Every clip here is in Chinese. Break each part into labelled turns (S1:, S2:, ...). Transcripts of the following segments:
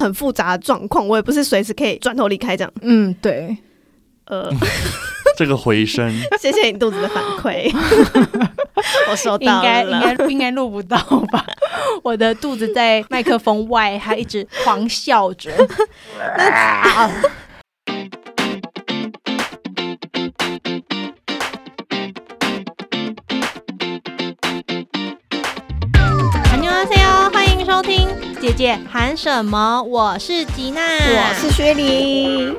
S1: 很复杂的状况，我也不是随时可以转头离开这样。
S2: 嗯，对，
S1: 呃，
S3: 这个回声，
S1: 谢谢你肚子的反馈，我收
S2: 应
S1: 到
S2: 该应
S1: 了。
S2: 该应该录不到 吧？我的肚子在麦克风外，它一直狂笑 着。안녕하세요，欢迎收听《姐姐喊什么》，我是吉娜，
S1: 我是薛梨，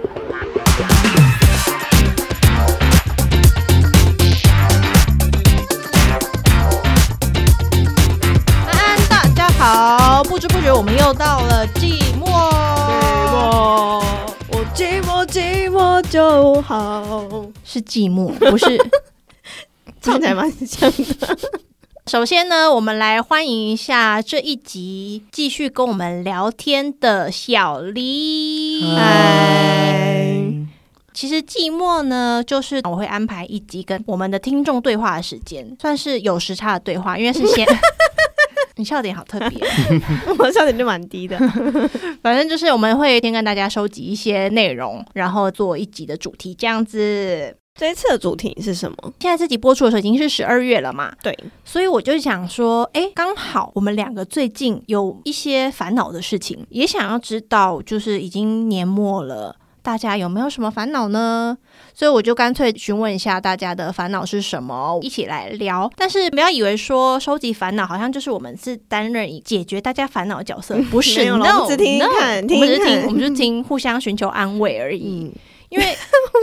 S2: 安安，大家好！不知不觉我们又到了季末，
S1: 我我寂寞寂寞就好，
S2: 是寂寞，不是。
S1: 唱起来蛮像的。
S2: 首先呢，我们来欢迎一下这一集继续跟我们聊天的小黎。
S1: 嗨，
S2: 其实季末呢，就是我会安排一集跟我们的听众对话的时间，算是有时差的对话，因为是先。 你笑点好特别，
S1: 我的笑点就蛮低的。
S2: 反正就是我们会先跟大家收集一些内容，然后做一集的主题这样子。
S1: 这一次的主题是什么？
S2: 现在这集播出的时候已经是十二月了嘛，
S1: 对，
S2: 所以我就想说，哎，刚好我们两个最近有一些烦恼的事情，也想要知道，就是已经年末了，大家有没有什么烦恼呢？所以我就干脆询问一下大家的烦恼是什么，一起来聊。但是不要以为说收集烦恼好像就是我们是担任以解决大家烦恼的 角色，不是
S1: 没有啦
S2: no，
S1: 我们只听听
S2: no，
S1: 看
S2: 我们只是
S1: 听听看
S2: 听，我们就是听，互相寻求安慰而已。
S1: 嗯，
S2: 因为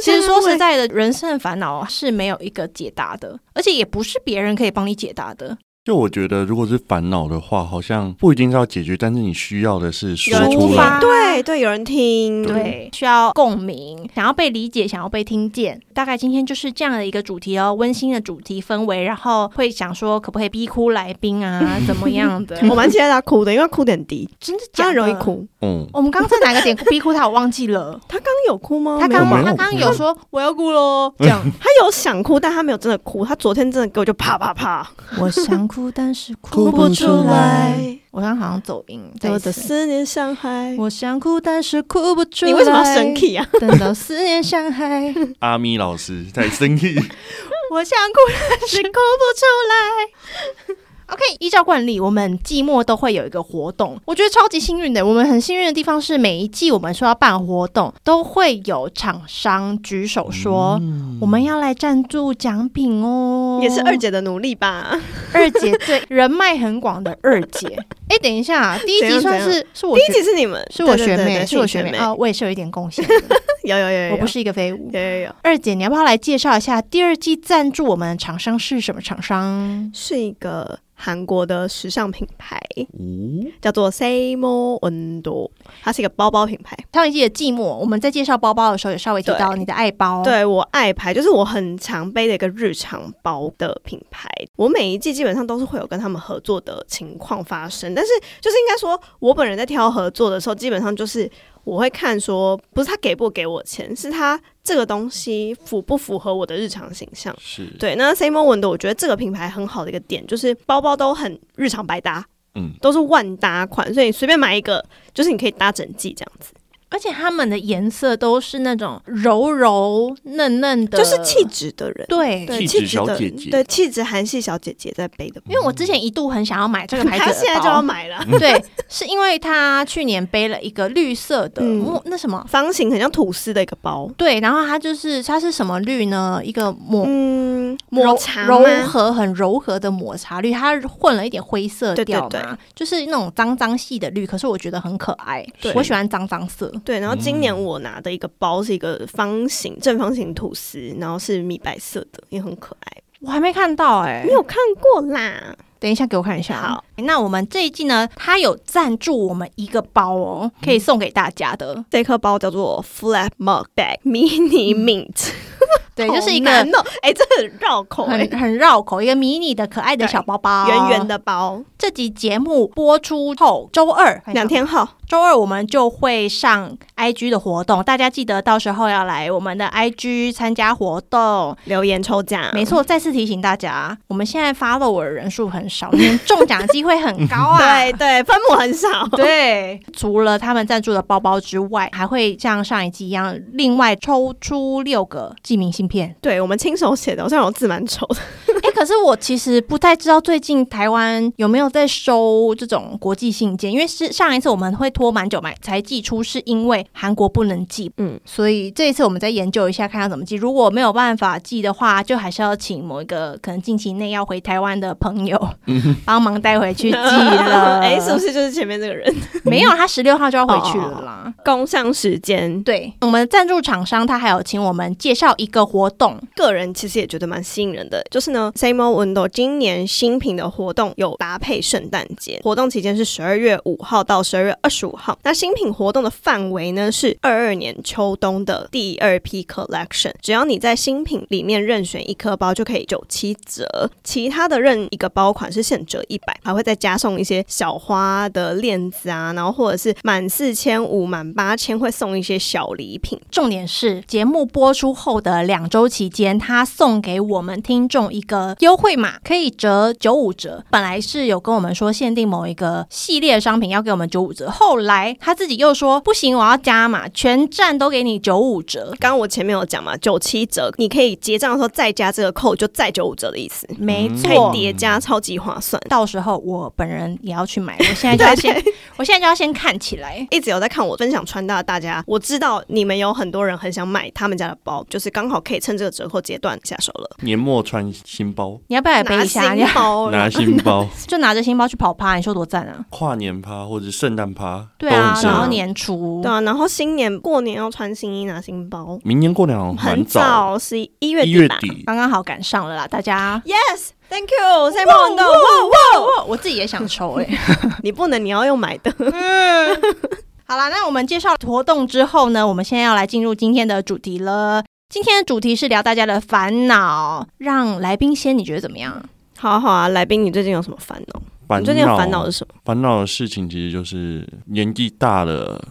S2: 其实说实在的，人生的烦恼是没有一个解答的，而且也不是别人可以帮你解答的。
S3: 就我觉得，如果是烦恼的话，好像不一定是要解决，但是你需要的是说
S1: 有人
S3: 出
S1: 听
S3: 来
S2: 发。，
S1: 对对，有人
S2: 嗯
S1: 听，
S2: 对，需要共鸣，想要被理解，想要被听见。大概今天就是这样的一个主题哦，温馨的主题氛围，然后会想说可不可以逼哭来宾 啊，怎么样的？
S1: 我蛮期待他哭的，因为他哭点低，
S2: 真的
S1: 他
S2: 假的
S1: 很容易。哭。
S3: 嗯，
S2: 我们刚刚在哪个点逼哭他？我忘记 了。
S1: 他刚有哭吗？
S2: 他
S1: 没有
S2: 刚
S1: 吧
S3: 没
S2: 他
S3: 有
S2: 刚刚哦有说我要哭 喽，这样。
S1: 他有想哭，但他没有真的哭。他昨天真的给我就啪啪啪，
S2: 我想哭，但是
S3: 哭不出来。
S2: 我刚刚好像走音，
S1: 对
S2: 再
S1: 我
S2: 一
S1: 的
S2: 次。
S1: 思念伤害。
S2: 我想哭，但是哭不出来。
S1: 你为什么要生？气啊？
S2: 等到思念伤害，
S3: 阿咪老师在生 气，
S2: 我想哭，但是哭不出来。OK，依照惯例，我们季末都会有一个活动，我觉得超级幸运的。我们很幸运的地方是，每一季我们说要办活动，都会有厂商举手说、
S3: 嗯
S2: 我们要来赞助奖品哦。
S1: 嗯也是二姐的努力吧。
S2: 二姐 对人脉很广的二姐。哎、等一下，第一
S1: 怎
S2: 集
S1: 样
S2: 算
S1: 怎
S2: 是是我
S1: 第一
S2: 学
S1: 集是你们，
S2: 是我
S1: 对
S2: 学
S1: 对对
S2: 妹，
S1: 对
S2: 是我
S1: 你
S2: 学
S1: 学
S2: 妹
S1: 有
S2: 哦，我也是有一点 贡献的，
S1: 有有有，
S2: 我不
S1: 是
S2: 是一个废物。
S1: 有有有，
S2: 二姐，你要不要来介绍一下第二季赞助我们的厂商是什么厂商？
S1: 是一个韩国的时尚品牌，
S3: 哦，
S1: 叫做 Samo Undo，它是一个包包品牌。
S2: 上一季的季末，我们在介绍包包的时候也稍微提到
S1: 对
S2: 你的爱包，，
S1: 对我爱牌，就是我很常背的一个日常包的品牌。我每一季基本上都是会有跟他们合作的情况发生，但是就是应该说，我本人在挑合作的时候，基本上就是我会看说，不是他给不给我钱，是他这个东西符不符合我的日常形象。
S3: 是，
S1: 对，那 Same Moment 我觉得这个品牌很好的一个点就是包包都很日常百搭，
S3: 嗯，
S1: 都是万搭款，所以随便买一个，就是你可以搭整季这样子，
S2: 而且他们的颜色都是那种柔柔嫩嫩的，
S1: 就是气质的人。
S2: 对。
S1: 对
S3: 气质小
S1: 的
S3: 姐姐
S1: 对气质韩系小姐姐在背的包，
S2: 因为我之前一度很想要买这个牌
S1: 她
S2: 子
S1: 现在
S2: 的
S1: 就要
S2: 包，
S1: 买了，
S2: 嗯 对，是因为他去年背了一个绿色的
S1: 嗯
S2: 木、那什么，
S1: 方形很像吐司的一个包，
S2: 对，然后它就是它是什么绿呢？一个抹
S1: 嗯，
S2: 柔
S1: 抹茶
S2: 柔
S1: 吗？
S2: 和很柔和的抹茶绿，它混了一点灰色
S1: 对对
S2: 调嘛，
S1: 对
S2: 就是那种脏脏系的绿，可是我觉得很可爱
S3: 对，
S2: 我喜欢脏脏色。
S1: 对，然后今
S3: 嗯
S1: 年我拿的一个包是一个方形正方形吐司，然后是米白色的，也很可爱。
S2: 我还没看到哎、
S1: 你有看过啦？
S2: 等一下给我看一下。
S1: 好，
S2: 那我们这一季呢，它有赞助我们一个包哦，可以送给大家的。
S1: 这颗包叫做 Flat Mug Bag Mini Mint，
S2: 嗯对，就是一个
S1: 好难哦，哎、这很绕口哎、
S2: 很哦很绕口，一个迷你的可爱的小包包，
S1: 圆圆。的包，
S2: 这集节目播出后，周二
S1: 两，天后
S2: 周二我们就会上 IG 的活动，大家记得到时候要来我们的 IG 参加活动。
S1: 留言抽奖，
S2: 没错，再次提醒大家，我们现在 follow 的人数很少，连中奖机会很高 啊。
S1: 对对，分母很少，
S2: 对，除了他们赞助的包包之外，还会像上一季一样，另外抽出六个寄明信 片。
S1: 对我们亲手写的，虽然我字蛮丑的，
S2: 哎、可是我其实不太知道最近台湾有没有在收这种国际信件，因为是上一次我们会拖蛮久买才寄出，是因为韩国不能寄，
S1: 嗯，
S2: 所以这一次我们再研究一下，看要怎么寄。如果没有办法寄的话，就还是要请某一个可能近期内要回台湾的 朋友帮忙带回去寄了。
S1: 哎、是不哦是就是前面这个人？
S2: 没有，他十六号就要回去了啦。
S1: 工商时间，
S2: 对我们赞助厂商，他还有请我们介绍一个活动，
S1: 个人其实也觉得蛮吸引人的，就是呢，Samo Window 今年新品的活动有搭配圣诞节，活动期间是十二月五号到十二月二十五号。那新品活动的范围呢是二二年秋冬的第二批 collection，只要你在新品里面任选一颗包就可以九七折，其他的任一个包款是现折一百，还会再加送一些小花的链子啊，然后或者是满四千五、满八千会送一些小礼品。
S2: 重点是节目播出后的两周期间，他送给我们听众一个优惠码，可以折九五折。本来是有跟我们说限定某一个系列商品要给我们九五折，后来他自己又说不行，我要加码，全站都给你九五折。
S1: 刚刚我前面有讲嘛，九七折，你可以结账的时候再加这个扣，就再九五折的意思，
S2: 没
S1: 可以
S2: 错。
S1: 叠加，超级划算。
S2: 到时候我本人也要去买，我现在就要先，我现在就要先看起来。
S1: 一直有在看我分享穿搭的大家，我知道你们有很多人很想买他们家的包，就是刚好可以趁这个折扣阶段下手了。
S3: 年末穿新包，
S2: 你要不要也背
S1: 拿
S2: 一下？你
S1: 新
S2: 要
S1: 包
S3: 拿
S1: 啦，
S3: 新 包，
S2: 就拿着新包去跑趴，你说多赞啊！
S3: 跨年趴或者圣诞趴都
S2: 对啊
S3: 很，适
S2: 然后
S3: 合。
S2: 年初，
S1: 对啊，然后新年过年要穿新衣拿新包，
S3: 明年过年好像
S1: 很
S3: 蛮早，
S1: 早十一月底
S3: 一月
S1: 吧。
S3: 底，
S2: 刚刚好赶上了啦，大家。
S1: Yes，Thank you，在梦到哇
S2: 哦，我自己也想抽哎、
S1: 哇，你不能，你要用买的。
S2: 嗯好啦，那我们介绍活动之后呢，我们现在要来进入今天的主题了。今天的主题是聊大家的烦恼，让来宾先，你觉得怎么样？
S1: 好啊好啊，来宾，你最近有什么烦恼？
S3: 烦
S1: 你最近
S3: 恼
S1: 烦恼的是什么？
S3: 烦恼的事情其实就是年纪大了。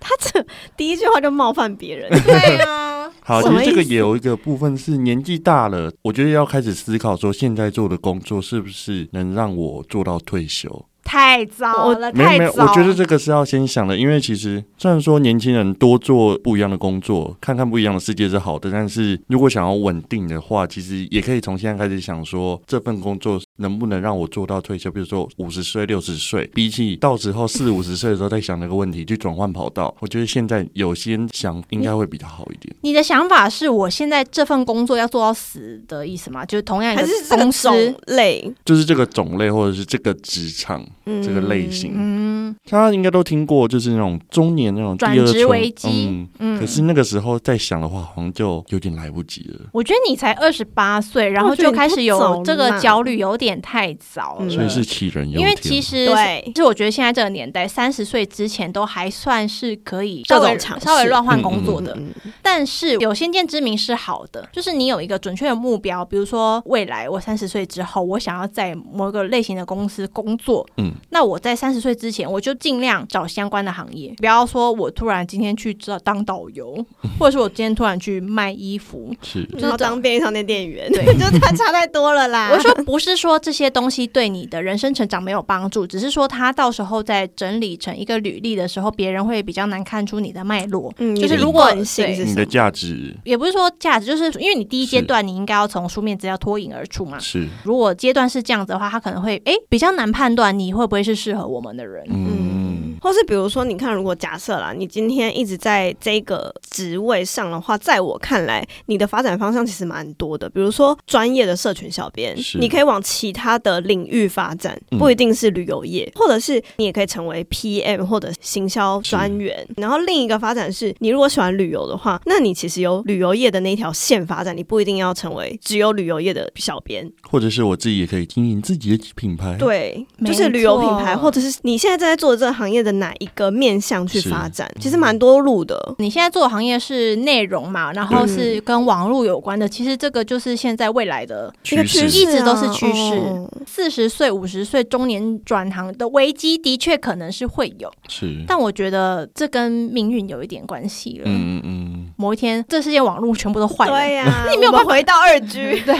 S1: 他这第一句话就冒犯别人，
S2: 对啊，
S3: 好，
S1: 什
S3: 其
S1: 么
S3: 实这个
S1: 意思
S3: 也有一个部分是年纪大了，我觉得要开始思考说现在做的工作是不是能让我做到退休。
S2: 太早
S1: 呃
S2: 了，
S3: 没有没
S2: 太
S3: 有，
S2: 早。
S3: 我觉得这个是要先想的，因为其实虽然说年轻人多做不一样的工作，看看不一样的世界是好的，但是如果想要稳定的话，其实也可以从现在开始想说，这份工作能不能让我做到退休，比如说五十岁、六十岁，比起到时候四五十岁的时候再想那个问题去转换跑道，我觉得现在有些想应该会比较好一点。
S2: 你的想法是我现在这份工作要做到死的意思吗？就是同样一
S1: 还是这个
S2: 公司，
S1: 种类？
S3: 就是这个种类或者是这个职场这个类型，
S2: 嗯
S3: 大家应该都听过，就是那种中年那种第
S2: 转
S3: 二
S2: 职
S3: 春
S2: 危机
S3: 嗯
S2: 嗯
S3: 可是那个时候在想的话，好像就有点来不及了，
S2: 我觉得你才二十八岁，然后
S1: 我觉得
S2: 就
S1: 你
S2: 开始
S1: 不早
S2: 有这个
S1: 嘛
S2: 焦虑，有点太早了。
S1: 嗯
S3: 所以是杞人忧天。
S2: 因为其实
S1: 对
S2: 其实我觉得现在这个年代，三十岁之前都还算是可以稍
S1: 这
S2: 微
S1: 种尝试
S2: 稍微乱换工作的，
S1: 嗯
S2: 但是有先见之明是好的，就是你有一个准确的目标，比如说未来我三十岁之后，我想要在某个类型的公司工作，
S3: 嗯，
S2: 那我在三十岁之前，我就尽量找相关的行业，不要说我突然今天去找当导游，或者是我今天突然去卖衣服，
S3: 是
S1: 然后当便利商店店员，
S2: 对
S1: 就是他差太多了啦。
S2: 我说不是说这些东西对你的人生成长没有帮助，只是说他到时候在整理成一个履历的时候，别人会比较难看出你的脉络。
S1: 嗯，
S2: 就是
S1: 你的
S2: 如果
S1: 惯性是
S3: 你
S1: 什
S3: 的
S1: 么？
S3: 价值
S2: 也不是说价值，就是因为你第一阶
S3: 是
S2: 段你应该要从书面资料脱颖而出嘛。
S3: 是
S2: 如果阶段是这样子的话，他可能会诶比较难判断你会不会是适合我们的人。
S3: 嗯，
S1: 或是比如说，你看，如果假设啦，你今天一直在这个职位上的话，在我看来，你的发展方向其实蛮多的。比如说，专业的社群小编，
S3: 是
S1: 你可以往其他的领域发展，
S3: 嗯
S1: 不一定是旅游业，或者是你也可以成为 PM 或者行销专员。然后另一个发展是，你如果喜欢旅游的话，那你其实有旅游业的那条线发展，你不一定要成为只有旅游业的小编，
S3: 或者是我自己也可以经营自己的品牌。，
S1: 对，
S2: 没
S1: 就是旅游品
S2: 错
S1: 牌，或者是你现在正在做的这个行业的哪一个面向去发
S3: 是
S1: 展，其实蛮多路的。
S2: 你现在做的行业是内容嘛，然后
S1: 对
S2: 是跟网络有关的，其实这个就是现在未来的
S1: 一个趋
S3: 趋势
S1: 势啊
S2: 一直都是趋势
S1: 哦
S2: 四十岁、五十岁中年转行的危机，的确可能是会有，
S3: 是，
S2: 但我觉得这跟命运有一点关系了。
S3: 嗯嗯嗯，
S2: 某一天，这世界网络全部都坏了，
S1: 对呀、啊
S2: 你没有办
S1: 我们回到二 G，
S2: 啊 对，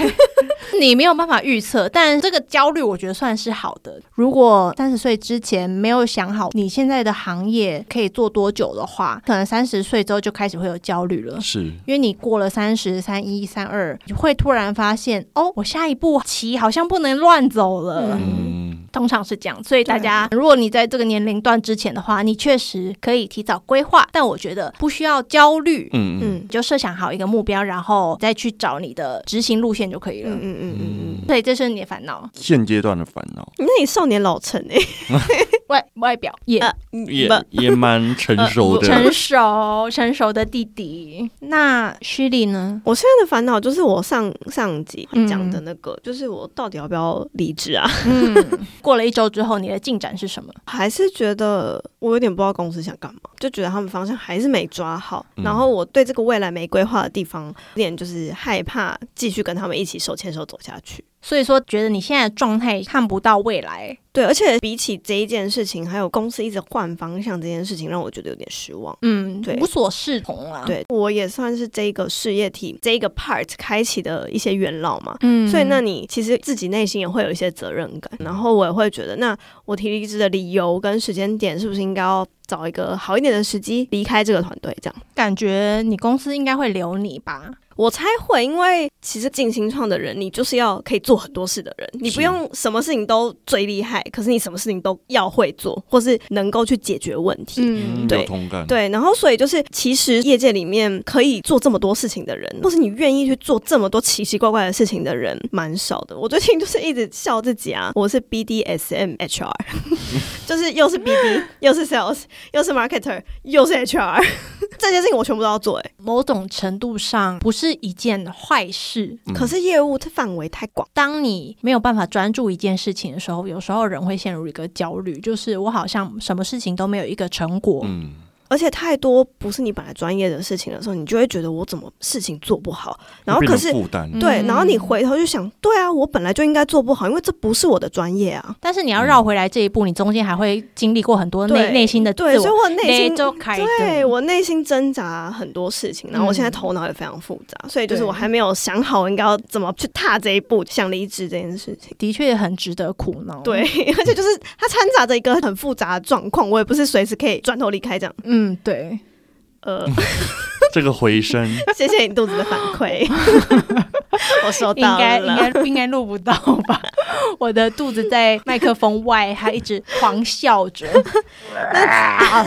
S2: 你没有办法预测，但这个焦虑我觉得算是好的。如果三十岁之前没有想好你现在的行业可以做多久的话，可能三十岁之后就开始会有焦虑了。
S3: 是
S2: 因为你过了三十三一三二，你会突然发现哦，我下一步棋好像不能乱走了。
S1: 嗯
S3: 嗯。
S2: 通常是这样，所以大家，如果你在这个年龄段之前的话，你确实可以提早规划，但我觉得不需要焦虑，
S3: 嗯嗯，
S1: 嗯
S2: 你就设想好一个目标，然后再去找你的执行路线就可以
S1: 嗯
S2: 了。
S1: 嗯嗯嗯嗯，
S2: 对，这是你的烦恼，
S3: 现阶段的烦恼
S1: 那你少年老成哎、
S2: 外外表也、
S1: 呃
S3: 也
S1: 不
S3: 也蛮成熟 的，
S2: 成熟成熟的弟弟。那虚丽呢？
S1: 我现在的烦恼就是我上上集讲的那个，就是我到底要不要离职啊？
S2: 嗯，过了一周之后，你的进展是什么？
S1: 还是觉得我有点不知道公司想干嘛，就觉得他们方向还是没抓好，
S3: 嗯
S1: 然后我对这个未来没规划的地方，有点就是害怕继续跟他们一起手牵手走下去。
S2: 所以说，觉得你现在的状态看不到未来。
S1: 对，而且比起这一件事情，还有公司一直换方向这件事情，让我觉得有点失望。
S2: 嗯，
S1: 对
S2: 无所适从啊了。，
S1: 对我也算是这个事业体这一个 part 开启的一些元老嘛，
S2: 嗯
S1: 所以那你其实自己内心也会有一些责任感，然后我也会觉得，那我提离职的理由跟时间点是不是应该要找一个好一点的时机离开这个团队？这样
S2: 感觉你公司应该会留你吧？
S1: 我猜会，因为其实进新创的人，你就是要可以做很多事的人，你不
S3: 是
S1: 用什么事情都最厉害，可是你什么事情都要会做，或是能够去解决问题。
S3: 嗯
S1: 对
S3: 有同感，
S1: 对，然后所以就是，其实业界里面可以做这么多事情的人，或是你愿意去做这么多奇奇怪怪的事情的人，蛮少的。我最近就是一直笑自己啊， 我是 BDSM HR，就是又是 BD，又是 Sales，又是 Marketer，又是 HR，这 些事情我全部都要做、欸。
S2: 某种程度上不是一件坏事。
S3: 嗯
S1: 可是业务它范围太广，
S2: 当你没有办法专注一件事情的时候，有时候人会陷入一个焦虑，就是我好像什么事情都没有一个成果。
S3: 嗯，
S1: 而且太多不是你本来专业的事情的时候，你就会觉得我怎么事情做不好，然后
S3: 会变
S1: 可
S3: 成
S1: 是。
S3: 负担，
S1: 对，然后你
S2: 嗯
S1: 回头就想，对啊，我本来就应该做不好，因为这不是我的专业啊。
S2: 但是你要绕回来这一步，你中间还会经历过很多内
S1: 对
S2: 内心的自
S1: 对，所以
S2: 我。
S1: 我内心
S2: 就开
S1: 对
S2: 灯
S1: 我内心挣扎很多事情，然后我现在
S2: 嗯
S1: 头脑也非常复杂，所以就是
S2: 对
S1: 我还没有想好应该要怎么去踏这一步，想离职这件事情。
S2: 的确很值得苦恼。
S1: 对，， 而且就是它掺杂着一个很复杂的状况，我也不是随时可以转头离开这样。
S2: 嗯，对，
S1: 呃，
S3: 这个回声，
S1: 谢谢你肚子的反馈， 我收
S2: 应
S1: 到
S2: 该应
S1: 了。
S2: 该应该录不到吧？我的肚子在麦克风外，它一直狂笑着。啊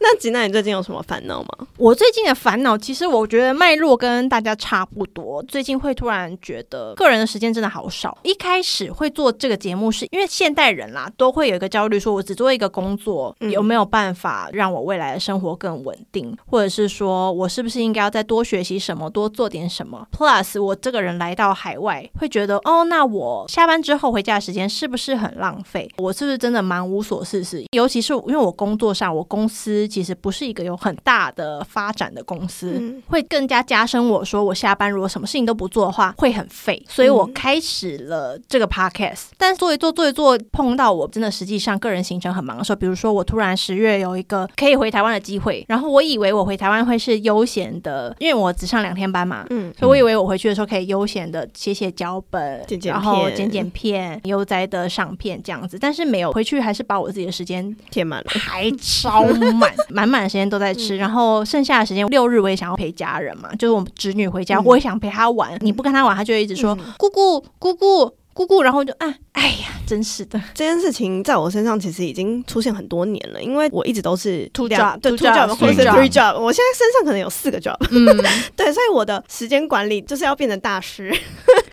S1: 那吉娜，你最近有什么烦恼吗？
S2: 我最近的烦恼，其实我觉得脉络跟大家差不多。最近会突然觉得个人的时间真的好少。一开始会做这个节目是，因为现代人啦都会有一个焦虑，说我只做一个工作，
S1: 嗯
S2: 有没有办法让我未来的生活更稳定，或者是说我是不是应该要再多学习什么，多做点什么？Plus，我这个人来到海外，会觉得哦，那我下班之后回家的时间是不是很浪费？我是不是真的蛮无所事事？尤其是因为我工作上，我公司其实不是一个有很大的发展的公司，
S1: 嗯
S2: 会更加加深我说我下班如果什么事情都不做的话会很废，所以我
S1: 嗯
S2: 开始了这个 podcast。但做一做做一做，碰到我真的实际上个人行程很忙的时候，比如说我突然十月有一个可以回台湾的机会，然后我以为我回台湾会是悠闲的，因为我只上两天班嘛，
S1: 嗯，
S2: 所以我以为我回去的时候可以悠闲的写写脚本，
S1: 剪剪
S2: 然后
S1: 片
S2: 剪剪片、悠哉的上片这样子，但是没有回去，还是把我自己的时间
S1: 填满了。
S2: 排超满，满满的时间都在
S1: 嗯
S2: 吃，然后剩下的时间六日我也想要陪家人嘛，就是我们侄女回家，
S1: 嗯
S2: 我也想陪她玩，你不跟她玩，她就会一直说、
S1: 嗯
S2: 姑姑姑姑姑姑，然后我就啊，哎呀，真是的，
S1: 这件事情在我身上其实已经出现很多年了，因为我一直都是
S2: Two
S1: 两
S2: job，
S1: 对
S2: two
S1: two job
S2: job，
S1: 或者是
S3: three
S1: three job，我 现在身上可能有四个 job，
S2: 嗯，
S1: 对，所以我的时间管理就是要变成大师。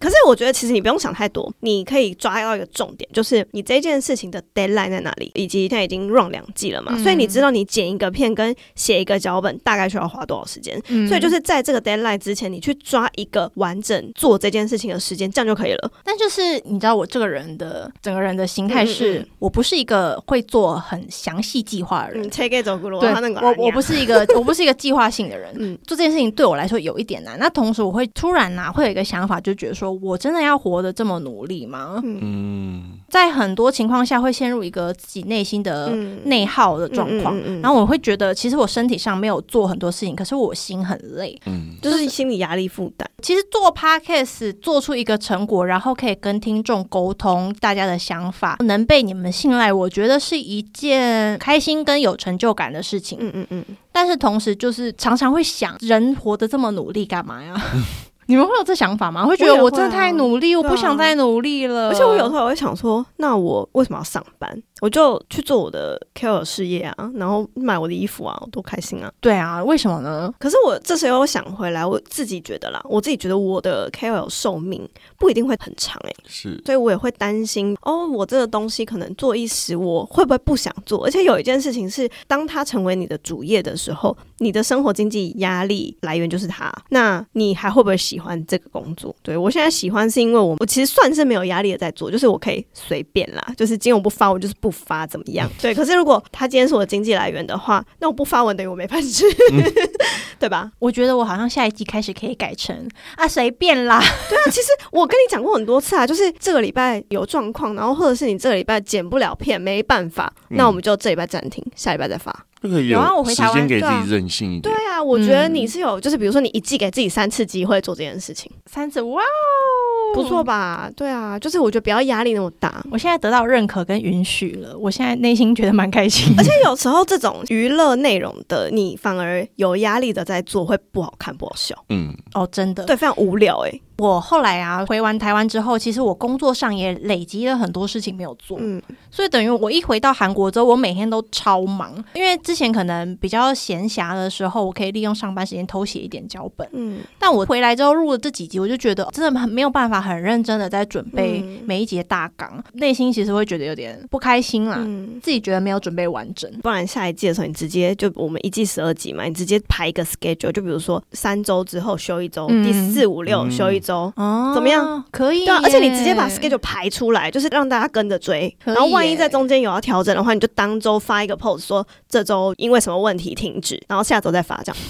S1: 可是我觉得其实你不用想太多，你可以抓到一个重点，就是你这件事情的 deadline 在哪里，以及现在已经 run 两季了嘛，
S2: 嗯
S1: 所以你知道你剪一个片跟写一个脚本大概需要花多少时间。
S2: 嗯
S1: 所以就是在这个 deadline 之前，你去抓一个完整做这件事情的时间，这样就可以了。
S2: 但就是你知道我这个人的整个人的
S1: 嗯
S2: 心态
S1: 嗯
S2: 是，
S1: 嗯
S2: 我不是一个会做很详细计划的人。
S1: 嗯，切给走咕噜，
S2: 对
S1: 他那个，啊
S2: 我我不是一个 我不是一个计划性的人，
S1: 嗯
S2: 做这件事情对我来说有一点难。那同时我会突然呐、会有一个想法，就觉得说我真的要活得这么努力吗？
S1: 嗯
S3: 嗯，
S2: 在很多情况下会陷入一个自己内心的
S1: 嗯
S2: 内耗的状况，
S1: 嗯嗯嗯嗯
S2: 然后我会觉得其实我身体上没有做很多事情，可是我心很累。
S3: 嗯，
S1: 就是心理压力负担。
S2: 其实做 podcast 做出一个成果，然后可以跟听众沟通大家的想法，能被你们信赖，我觉得是一件开心跟有成就感的事情。
S1: 嗯嗯嗯，
S2: 但是同时就是常常会想，人活得这么努力 干嘛呀？你们会有这想法吗？会觉得
S1: 我也会啊
S2: 我真的太努力，我
S1: 对啊
S2: 不想再努力了。
S1: 而且我有时候我会想说，那我为什么要上班？我就去做我的 care 事业啊，然后买我的衣服啊，我多开心啊！
S2: 对啊，为什么呢？
S1: 可是我这时候想回来，我自己觉得啦，我自己觉得我的 KOL 寿命不一定会很长欸诶、
S3: 是
S1: 所以我也会担心哦，我这个东西可能做一时，我会不会不想做？而且有一件事情是，当它成为你的主业的时候，你的生活经济压力来源就是它。那你还会不会喜欢这个工作？对我现在喜欢是因为我我其实算是没有压力的在做，就是我可以随便啦，就是今天我不发，我就是不发怎么样？对，可是如果它今天是我的经济来源的话，那我不发文等于我没饭吃， 对吧？
S2: 我觉得我好像下一季开始可以改成啊，随便啦。
S1: 其实我跟你讲过很多次啊，就是这个礼拜有状况，然后或者是你这个礼拜剪不了片，没办法，
S3: 嗯
S1: 那我们就这礼拜暂停，下礼拜再发。
S3: 这个也
S2: 有啊我回
S3: 时
S2: 台湾
S3: 间给自
S2: 对啊
S3: 己任性一点
S1: 对，啊，我觉得你是有，就是比如说你一季给自己三次机会做这件事情，
S2: 三次，哇哦，
S1: 不错吧？对啊，就是我觉得不要压力那么大。
S2: 我现在得到认可跟允许了，我现在内心觉得蛮开心的。
S1: 而且有时候这种娱乐内容的，你反而有压力的在做，会不好看、不好笑，
S3: 嗯，
S2: 哦，真的，
S1: 对，非常无聊哎、
S2: 我后来啊回完台湾之后，其实我工作上也累积了很多事情没有做，
S1: 嗯
S2: 所以等于我一回到韩国之后，我每天都超忙。因为之前可能比较闲暇的时候，我可以利用上班时间偷写一点脚本，
S1: 嗯，
S2: 但我回来之后录了这几集，我就觉得真的很没有办法很认真的在准备
S1: 嗯
S2: 每一集的大纲，内心其实会觉得有点不开心啦，
S1: 嗯
S2: 自己觉得没有准备完整。
S1: 不然下一季的时候，你直接就我们一季十二集嘛，你直接排一个 schedule，就比如说三周之后休一周，
S2: 嗯
S1: 第四五六
S3: 嗯
S1: 休一周，
S2: 哦
S1: 怎么样？
S2: 可以耶，
S1: 对啊、而且你直接把 schedule 排出来，就是让大家跟着追。
S2: 可以
S1: 然后万一
S2: 耶
S1: 在中间有要调整的话，你就当周发一个 post 说这周因为什么问题停止，然后下周再发，这样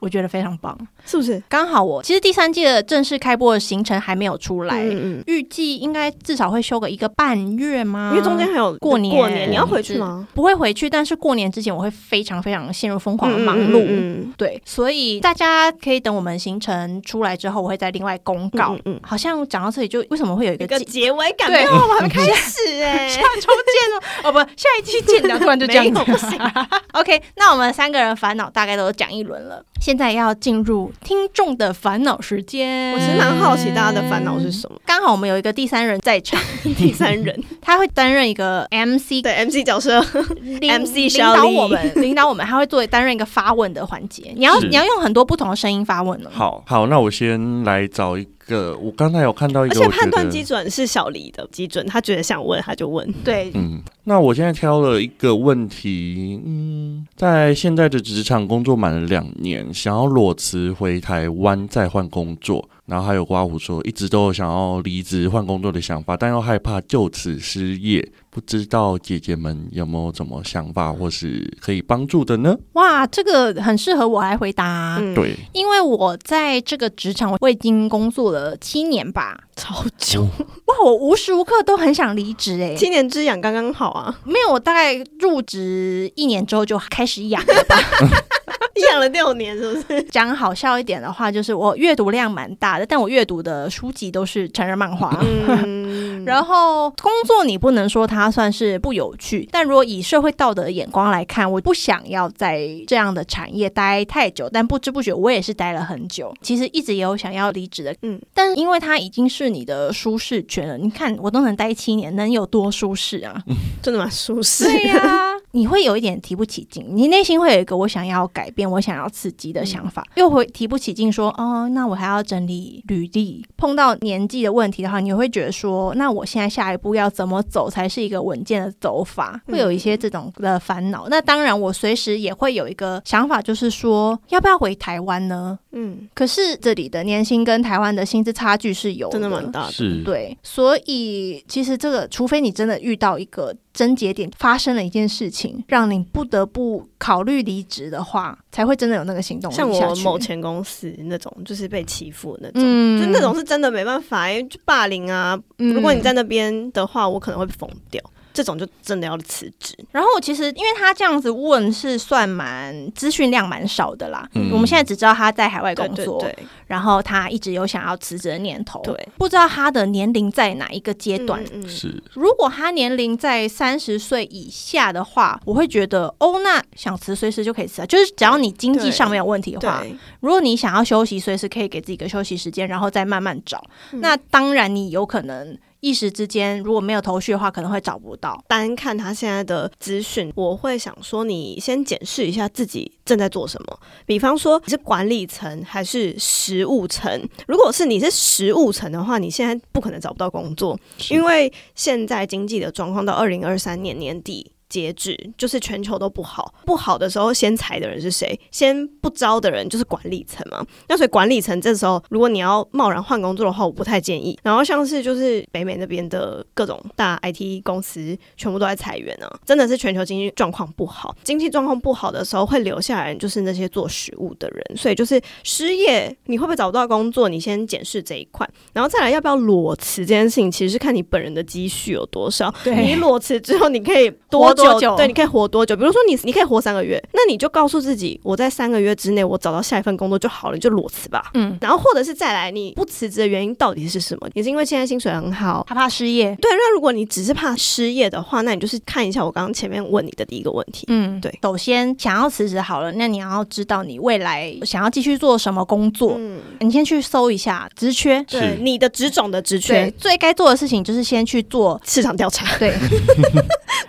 S2: 我觉得非常棒。
S1: 是不是？
S2: 刚好我其实第三季的正式开播的行程还没有出来，
S1: 嗯嗯
S2: 预计应该至少会休个一个半月吗？
S1: 因为中间还有
S2: 过年
S1: 过年你要回去吗？
S2: 不会回去，但是过年之前我会非常非常陷入疯狂的忙
S1: 嗯
S2: 碌。
S1: 嗯
S2: 对，所以大家可以等我们行程出来之后，我会再另外公告。
S1: 嗯嗯嗯
S2: 好像讲到这里就为什么会有一
S1: 有
S2: 个
S1: 一个
S2: 季
S1: 结尾感，
S2: 对
S1: 没有，我们还没开始哎、
S2: 下周见了哦，不，下一期见了，突然就这 样
S1: 没有不
S2: OK，那我们三个人烦恼大概都讲一轮了，现在要进入听众的烦恼时间。
S1: 我其实蛮好奇大家的烦恼是什么。
S2: 刚好我们有一个第三人在 场，
S1: 第三人
S2: 他会担任一个 MC
S1: 对 MC 角色，
S2: 领
S1: MC
S2: 领
S1: 小
S2: 导
S1: 李
S2: 我们，领导我们，他会做担任一个发问的环节。你要
S3: 是
S2: 你要用很多不同的声音发问哦呢。
S3: 好好，那我先来找一个，我刚才有看到一
S1: 而
S3: 个，
S1: 且
S3: 我觉
S1: 判断
S3: 得。
S1: 基准是小黎的基准，他觉得想问他就问。
S2: 对，
S3: 嗯，那我现在挑了一个问题，嗯，在现在的职场工作满了两年，想要裸辞回台湾再换工作，然后还有刮胡说一直都有想要离职换工作的想法，但又害怕就此失业，不知道姐姐们有没有什么想法或是可以帮助的呢？
S2: 哇，这个很适合我来回答，啊
S1: 嗯，，
S3: 啊对，
S2: 因为我在这个职场，我已经工作了七年吧。
S1: 超久，
S2: 哇，我无时无刻都很想离职哎、
S1: 七年之痒刚刚好啊，
S2: 没有，我大概入职一年之后就开始痒了吧。
S1: 养了六年是不是？
S2: 讲好笑一点的话，就是我阅读量蛮大的，但我阅读的书籍都是成人漫画。
S1: 嗯，
S2: 然后工作你不能说它算是不有趣，但如果以社会道德的眼光来看，我不想要在这样的产业待太久，但不知不觉我也是待了很久。其实一直也有想要离职的，
S1: 嗯
S2: 嗯，但是因为它已经是你的舒适圈了，你看我都能待七年，能有多舒适啊？
S1: 真的蛮舒适。
S2: 对呀、你会有一点提不起劲，你内心会有一个我想要改变、我想要刺激
S1: 嗯
S2: 的想法，又会提不起劲说，哦，那我还要整理履历。碰到年纪的问题的话，你会觉得说，那我现在下一步要怎么走才是一个稳健的走法？
S1: 嗯
S2: 会有一些这种的烦恼。那当然，我随时也会有一个想法，就是说，要不要回台湾呢？
S1: 嗯，
S2: 可是这里的年薪跟台湾的薪资差距是有
S1: 真的蛮大的。
S3: 是，
S2: 对，所以其实这个，除非你真的遇到一个症结点，发生了一件事情，让你不得不考虑离职的话，才会真的有那个行动力
S1: 像
S2: 下
S1: 我
S2: 去
S1: 某前公司那种，就是被欺负的那种，
S2: 嗯，
S1: 就那种是真的没办法，因为就霸凌啊。
S2: 嗯，
S1: 如果你在那边的话，我可能会疯掉。这种就真的要辞职。
S2: 然后其实因为他这样子问是算蛮资讯量蛮少的啦，
S3: 嗯
S2: 我们现在只知道他在海外工
S1: 对
S2: 作，
S1: 对对，
S2: 然后他一直有想要辞职的念头，
S1: 对，
S2: 不知道他的年龄在哪一个阶段。
S1: 嗯嗯
S3: 是，
S2: 如果他年龄在三十岁以下的话，我会觉得哦，那想辞随时就可以辞啊，就是只要你经济上没有问题的话，
S1: 对，
S2: 如果你想要休息，随时可以给自己一个休息时间，然后再慢慢找。
S1: 嗯
S2: 那当然，你有可能一时之间如果没有头绪的话，可能会找不到。
S1: 单看他现在的资讯，我会想说，你先检视一下自己正在做什么。比方说，你是管理层还是实务层？如果是你是实务层的话，你现在不可能找不到工作，
S3: 是
S1: 因为现在经济的状况到二零二三年年底。截止就是全球都不好，不好的时候先裁的人是谁？先不招的人就是管理层嘛。那所以管理层这时候，如果你要贸然换工作的话，我不太建议。然后像是就是北美那边的各种大 IT 公司，全部都在裁员啊，真的是全球经济状况不好。经济状况不好的时候，会留下来就是那些做食物的人。所以就是失业，你会不会找不到工作？你先检视这一块，然后再来要不要裸辞这件事情，其实是看你本人的积蓄有多少。你，裸辞之后，你可以多
S2: 活多久
S1: 对，你可以活多久？比如说你，你可以活三个月，那你就告诉自己，我在三个月之内，我找到下一份工作就好了，你就裸辞吧。
S2: 嗯，
S1: 然后或者是再来，你不辞职的原因到底是什么？也是因为现在薪水很好。
S2: 他怕失业。
S1: 对，那如果你只是怕失业的话，那你就是看一下我刚刚前面问你的第一个问题。
S2: 嗯，
S1: 对
S2: 首先想要辞职好了，那你要知道你未来想要继续做什么工作，
S1: 嗯，
S2: 你先去搜一下职缺。
S1: 对，
S3: 是，
S1: 你的职种的职
S2: 对，
S1: 缺，
S2: 最该做的事情就是先去做。
S1: 市场调 查，
S2: 对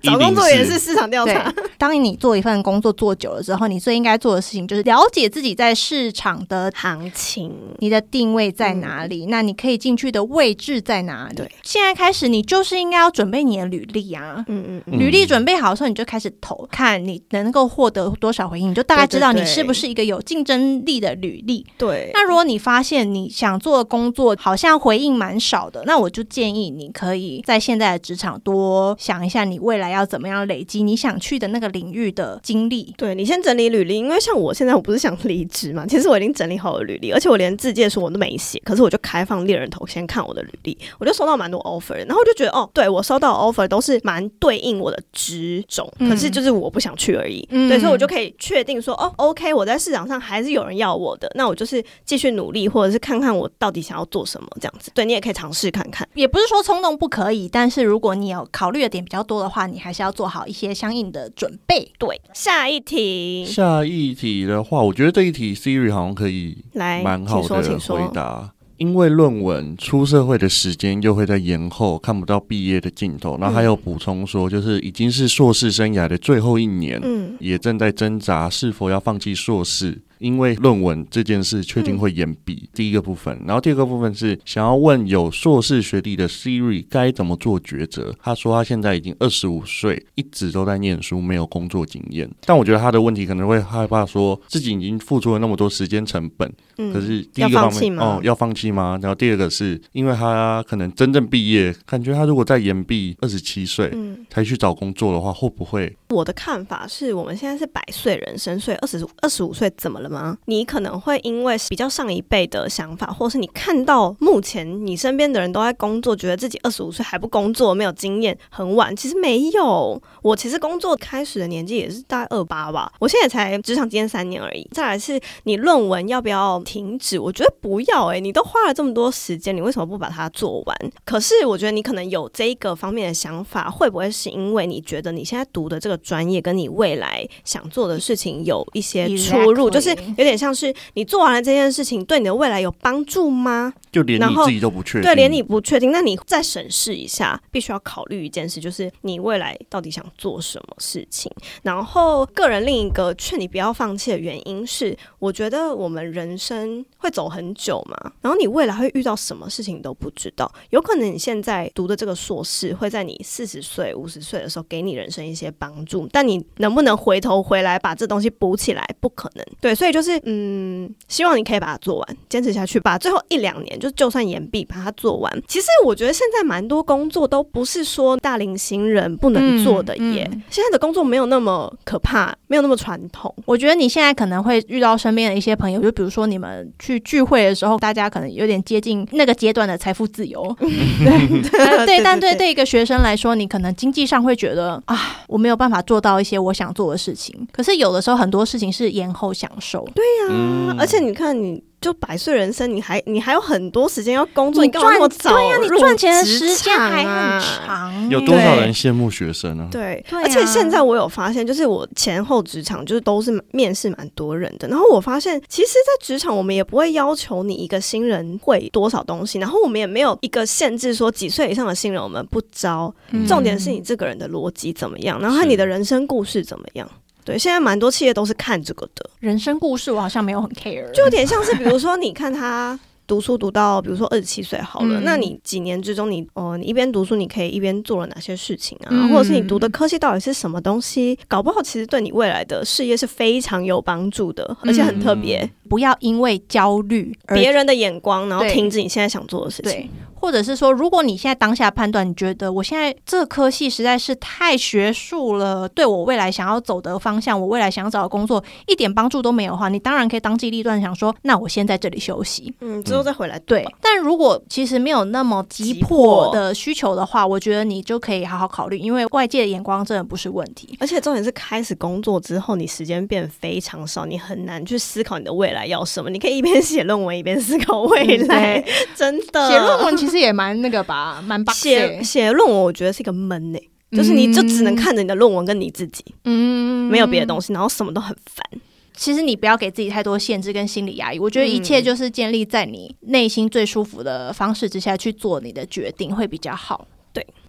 S1: 找工作
S3: 104
S1: 也是市场调
S2: 对
S1: 查。，
S2: 当你做一份工作做久了之后，你最应该做的事情就是了解自己在市场的嗯
S1: 行情，
S2: 你的定位在哪里？那你可以进去的位置在哪里？
S1: 对，
S2: 现在开始你就是应该要准备你的履历啊。
S1: 嗯嗯嗯，
S3: 嗯
S2: 履历准备好的时候，你就开始投，看你能够获得多少回应，你就大概知道
S1: 对对
S2: 你
S1: 对
S2: 是不是一个有竞争力的履历。
S1: 对。
S2: 那如果你发现你想做的工作好像回应蛮少的，那我就建议你可以在现在的职场多想一下，你未来要怎么样累积你想去的那个领域的经历。
S1: 对你先整理履历，因为像我现在我不是想 离职嘛，其实我已经整理好我的履历，而且我连自荐书我都没写，可是我就开放猎人头先看我的履历，我就收到蛮多 offer，的然后我就觉得哦，对我收到的 offer 都是蛮对应我的职种，
S2: 嗯
S1: 可是就是我不想去而已，
S2: 嗯
S1: 对，所以我就可以确定说哦，OK，我在市场上还是有人要我的，那我就是继续努力，或者是看看我到底想要做什么这样子，对你也可以尝试看看，
S2: 也不是说冲动不可以，但是如果你有考虑的点比较多的话，你还是要做好一些相应的准备。
S1: 对，下一题
S3: 下一题的话，我觉得这一题 Siri 好像可以
S1: 来，
S3: 蛮好
S1: 请说，
S3: 的
S1: 请说，
S3: 回答。因为论文出社会的时间又会在延后，看不到毕业的尽
S1: 嗯
S3: 头。然后还有补充说，就是已经是硕士生涯的最后一年，
S1: 嗯。
S3: 也正在挣扎是否要放弃硕士，因为论文这件事确
S1: 嗯
S3: 定会延毕。第一个部分，然后第二个部分是想要问有硕士学历的 Siri 该怎么做抉择。他说他现在已经二十五岁，一直都在念书，没有工作经验。但我觉得他的问题可能会害怕说自己已经付出了那么多时间成本，
S1: 嗯
S3: 可是第
S1: 要
S3: 一个
S1: 放
S3: 方
S1: 弃
S3: 面
S1: 吗？
S3: 哦，要放弃吗？然后第二个是因为他可能真正毕业，感觉他如果再延毕二十七岁。
S1: 嗯，
S3: 才去找工作的话，会不会
S1: 我的看法是我们现在是百岁人生，所以二十二十五岁怎么了吗？你可能会因为比较上一辈的想法，或是你看到目前你身边的人都在工作，觉得自己二十五岁还不工作，没有经验，很晚。其实没有，我其实工作开始的年纪也是大概二八吧，我现在才职场经验三年而已。再来是你论文要不要停止？我觉得不要欸诶、你都花了这么多时间，你为什么不把它做完？可是我觉得你可能有这一个方面的想法，会不会是因为你觉得你现在读的这个专业跟你未来想做的事情有一些出入？
S2: Exactly
S1: 就是有点像是你做完了这件事情，对你的未来有帮助吗？
S3: 就连
S1: 然
S3: 你
S1: 后
S3: 自己都不确定，
S1: 对，连你不确定，那你再审视一下，必须要考虑一件事，就是你未来到底想做什么事情。然后，个人另一个劝你不要放弃的原因是，我觉得我们人生会走很久嘛，然后你未来会遇到什么事情你都不知道，有可能你现在读的这个硕士会在你四十岁、五十岁的时候给你人生一些帮助，但你能不能回头回来把这东西补起来，不可能。对，所以就是嗯，希望你可以把它做完，坚持下去，把最后一两年就就算延毕把它做完。其实我觉得现在蛮多工作都不是说大龄新人不能做的
S2: 嗯
S1: 耶，
S2: 嗯
S1: 现在的工作没有那么可怕，没有那么传统。
S2: 我觉得你现在可能会遇到身边的一些朋友，就比如说你们去聚会的时候，大家可能有点接近那个阶段的财富自由。啊 呃对对，但对对一个学生来说，你可能经济上会觉得啊，我没有办法做到一些我想做的事情。可是有的时候很多事情是延后享受，对，
S1: 对啊，而且你看，你就百岁人生，你还你还有很多时间要工作，
S2: 你
S1: 你干嘛那么早、
S2: 对呀、啊你赚钱的时
S1: 职
S2: 间
S1: 场
S2: 还很
S1: 啊。
S2: 长、欸
S3: 有多少
S1: 对
S3: 人羡慕学生呢、
S1: 对，
S2: 对
S1: 而且
S2: 啊
S1: 现在我有发现，就是我前后职场就是都是面试蛮多人的，然后我发现其实，在职场我们也不会要求你一个新人会多少东西，然后我们也没有一个限制说几岁以上的新人我们不招，
S2: 嗯
S1: 重点是你这个人的逻辑怎么样，然后和
S3: 是
S1: 你的人生故事怎么样。对，现在蛮多企业都是看这个的，
S2: 人生故事，我好像没有很 care。
S1: 就有点像是，比如说，你看他读书读到，比如说二十七岁好了，
S2: 嗯
S1: 那你几年之中你，哦，你一边读书，你可以一边做了哪些事情啊？
S2: 嗯
S1: 或者是你读的科系到底是什么东西？搞不好其实对你未来的事业是非常有帮助的，而且很特别，
S2: 不要因为焦虑而
S1: 别人的眼光，然后
S2: 对
S1: 停止你现在想做的事情。
S2: 嗯对，或者是说，如果你现在当下判断，你觉得我现在这科系实在是太学术了，对我未来想要走的方向，我未来想要找的工作一点帮助都没有的话，你当然可以当机立断，想说，那我先在这里休息。
S1: 嗯，之后再回来读
S2: 对
S1: 吧。，
S2: 但如果其实没有那么急
S1: 急
S2: 迫
S1: 迫
S2: 的需求的话，我觉得你就可以好好考虑，因为外界的眼光真的不是问题。
S1: 而且重点是，开始工作之后，你时间变非常少，你很难去思考你的未来要什么。你可以一边写论文一边思考未来，
S2: 嗯对呃
S1: 真的。
S2: 写论文其实也蛮那个吧，蛮 box
S1: 写写论文，我觉得是一个闷呢、就是你就只能，看着你的论文跟你自己，
S2: 嗯
S1: 没有别的
S2: 西。
S1: 东西，然后什么都很烦。
S2: 其实你不要给自己太多限制跟心理压抑，我觉得一切就是建立在你内心最舒服的方式之下去做你的决定会比较好。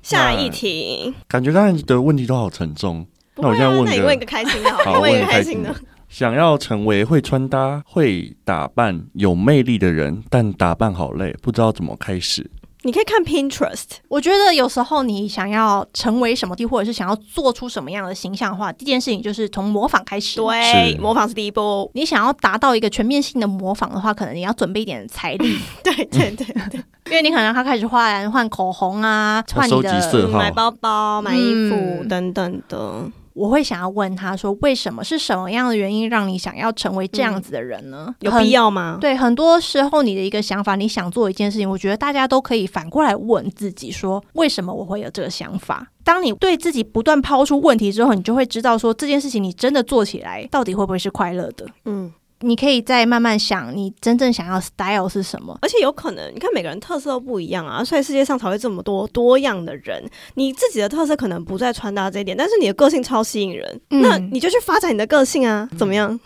S1: 下一题，
S3: 感觉刚才的问题都好沉重。
S1: 不
S3: 那我
S1: 会
S3: 现在
S1: 啊，
S3: 问
S1: 那你
S3: 个
S1: 问一个开心的好了，
S3: 好
S1: 问一个
S3: 问一个
S1: 开
S3: 开
S1: 心
S3: 心
S1: 的
S3: 的。想要成为会穿搭、会打扮、有魅力的人，但打扮好累，不知道怎么开始。
S1: 你可以看 Pinterest，
S2: 我觉得有时候你想要成为什么或者是想要做出什么样的形象的话，第一件事情就是从模仿开始。
S1: 对，
S3: 是
S1: 模仿是第一 步。
S2: 你想要达到一个全面性的模仿的话，可能你要准备一点财力，
S1: 对对对对，
S2: 因为你可能要开始换换口红啊，
S3: 要
S2: 换你
S3: 哦收集
S2: 的
S3: 色
S1: 嗯
S3: 号
S1: 买包包、买衣服
S2: 嗯
S1: 等等的。
S2: 我会想要问他说，为什么是什么样的原因让你想要成为这样子的人呢？
S1: 嗯有
S2: 很
S1: 必要吗？
S2: 对，很多时候你的一个想法，你想做一件事情，我觉得大家都可以反过来问自己说，为什么我会有这个想法？当你对自己不断抛出问题之后，你就会知道说这件事情你真的做起来到底会不会是快乐的。
S1: 嗯，
S2: 你可以再慢慢想，你真正想要 style 是什么。
S1: 而且有可能，你看每个人特色都不一样啊，所以世界上才会这么多多样的人。你自己的特色可能不在穿搭这一点，但是你的个性超吸引人，
S2: 嗯
S1: 那你就去发展你的个性啊，怎么样？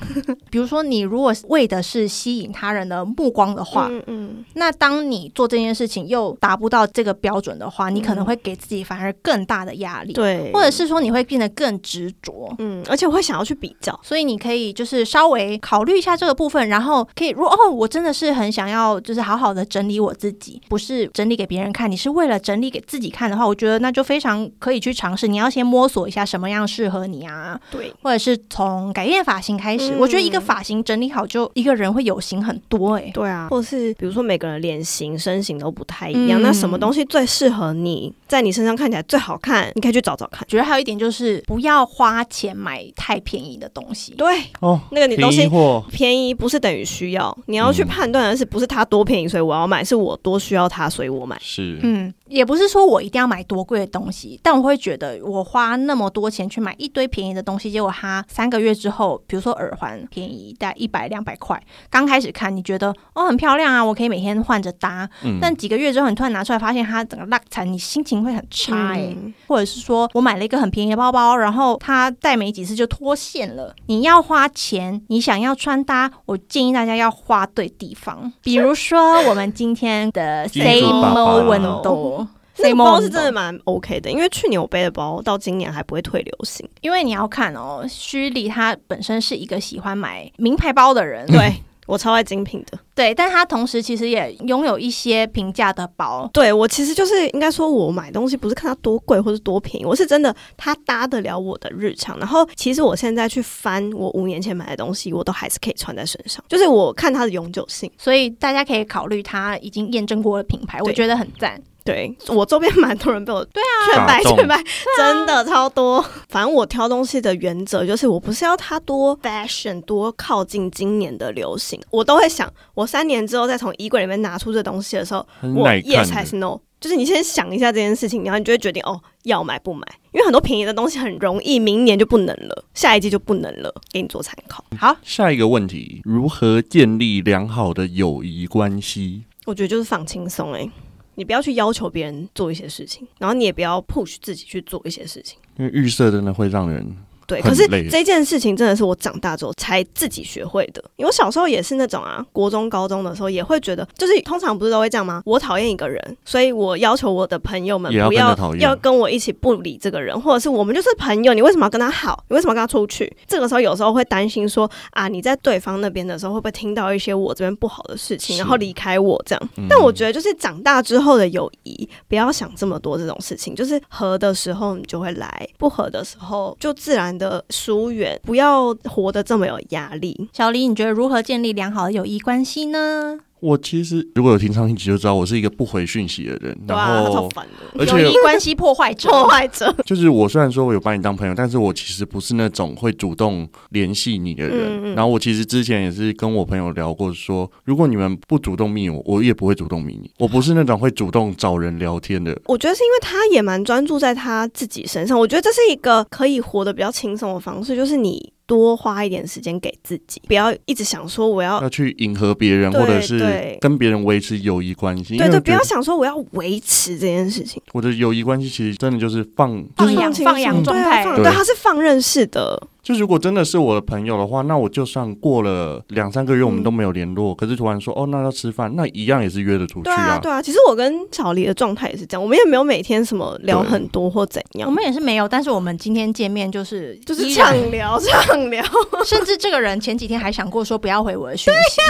S2: 比如说，你如果为的是吸引他人的目光的话，
S1: 嗯嗯，
S2: 那当你做这件事情又达不到这个标准的话，你可能
S1: 嗯
S2: 会给自己反而更大的压力，
S1: 对，
S2: 或者是说你会变得更执着。
S1: 嗯，而且我会想要去比较，
S2: 所以你可以就是稍微考虑一下这个部分，然后可以如果哦，我真的是很想要就是好好的整理我自己，不是整理给别人看，你是为了整理给自己看的话，我觉得那就非常可以去尝试。你要先摸索一下什么样适合你啊，
S1: 对，
S2: 或者是从改变发型开始。
S1: 嗯
S2: 我觉得一个发型整理好，就一个人会有型很多欸诶、
S1: 对啊，或者是比如说每个人脸型、身形都不太一样，
S2: 嗯
S1: 那什么东西最适合你，在你身上看起来最好看，你可以去找找看。
S2: 觉得还有一点就是不要花钱买太便宜的东西。
S1: 对，
S3: 哦，
S1: 那个你东
S3: 便宜
S1: 西
S3: 货
S1: 便宜不是等于需要，你要去
S3: 嗯
S1: 判断的是不是它多便宜，所以我要买，是我多需要它，所以我买。
S3: 是
S2: 嗯，也不是说我一定要买多贵的东西，但我会觉得我花那么多钱去买一堆便宜的东西，结果它三个月之后，比如说耳环便宜大概一百两百块，刚开始看你觉得哦很漂亮啊，我可以每天换着搭，
S3: 嗯，
S2: 但几个月之后你突然拿出来发现它整个烂惨，你心情会很差哎、
S1: 嗯
S2: 或者是说我买了一个很便宜的包包，然后它戴没几次就脱线了。你要花钱，你想要穿搭，我建议大家要花对地方。比如说我们今天的
S3: 金主
S2: Same
S3: 爸爸
S2: o n d
S1: 那个包是真的蛮 OK 的，因为去年我背的包到今年还不会退流行。
S2: 因为你要看哦，虚里他本身是一个喜欢买名牌包的人，
S3: 嗯
S1: 对我超爱精品的，
S2: 对，但他同时其实也拥有一些平价的包。
S1: 对我其实就是应该说，我买东西不是看它多贵或是多便宜，我是真的它搭得了我的日常。然后其实我现在去翻我五年前买的东西，我都还是可以穿在身上，就是我看它的永久性。
S2: 所以大家可以考虑他已经验证过的品牌，我
S1: 对
S2: 觉得很赞。
S1: 对我周边蛮多人被我对 啊劝
S3: 打
S1: 败
S3: 动
S1: 劝败，真的超多。反正我挑东西的原则就是，我不是要它多 fashion 多靠近今年的流行，我都会想，我三年之后再从衣柜里面拿出这东西的时候，
S3: 很
S1: 我
S3: 耐
S1: yes
S3: 看
S1: 还是
S3: 的。
S1: no，就是你先想一下这件事情，然后你就会决定哦要买不买，因为很多便宜的东西很容易明年就不能了，下一季就不能了，给你做参考。
S2: 好，
S3: 下一个问题，如何建立良好的友谊关系？
S1: 我觉得就是放轻松哎，你不要去要求别人做一些事情，然后你也不要 push 自己去做一些事情。
S3: 因为预设真的会让人
S1: 对，
S3: 很
S1: 可是
S3: 累
S1: 这件事情真的是我长大之后才自己学会的。因为我小时候也是那种啊，国中、高中的时候也会觉得，就是通常不是都会这样吗？我讨厌一个人，所以我要求我的朋友们
S3: 也要
S1: 不
S3: 跟他
S1: 要
S3: 讨厌
S1: 要跟我一起不理这个人，或者是我们就是朋友，你为什么要跟他好？你为什么要跟他出去？这个时候有时候会担心说啊，你在对方那边的时候会不会听到一些我这边不好的事情，
S3: 是
S1: 然后离开我这样？
S3: 嗯
S1: 但我觉得就是长大之后的友谊，不要想这么多这种事情，就是合的时候你就会来，不合的时候就自然的疏远，不要活得这么有压力。
S2: 小李，你觉得如何建立良好的友谊关系呢？
S3: 我其实如果有听上一集就知道，我是一个不回讯息的人。
S1: 对
S3: 然
S1: 啊，他超
S3: 后，
S1: 烦的，
S3: 而
S2: 友
S3: 且
S2: 谊关系破坏者，
S1: 破坏者。
S3: 就是我虽然说我有把你当朋友，但是我其实不是那种会主动联系你的人。
S1: 嗯嗯
S3: 然后我其实之前也是跟我朋友聊过说如果你们不主动密我，我也不会主动密你。我不是那种会主动找人聊天的。
S1: 我觉得是因为他也蛮专注在他自己身上，我觉得这是一个可以活得比较轻松的方式，就是你多花一点时间给自己，不要一直想说我要
S3: 要去迎合别人，
S1: 对
S3: 或者是
S1: 哦对
S3: 跟别人维持友谊关系。因
S1: 对
S3: 为
S1: 对，
S3: 我
S1: 不
S3: 觉得
S1: 要想说我要维持这件事情，
S3: 我的友谊关系其实真的就是放，
S2: 放养
S1: 轻松
S2: 放养状态
S1: 对,、啊放、
S3: 对
S1: 对，他是放任式的，
S3: 就如果真的是我的朋友的话，那我就算过了两三个月我们
S1: 嗯
S3: 都没有联络，可是突然说哦，那要吃饭，那一样也是约得出去
S1: 对啊，对啊，其实我跟小黎的状态也是这样，我们也没有每天什么聊很多或怎
S2: 我
S1: 样，
S2: 们也是没有，但是我们今天见面就是
S1: 就是
S2: 依然
S1: 畅，聊 畅聊，
S2: 甚至这个人前几天还想过说不要回我的讯息，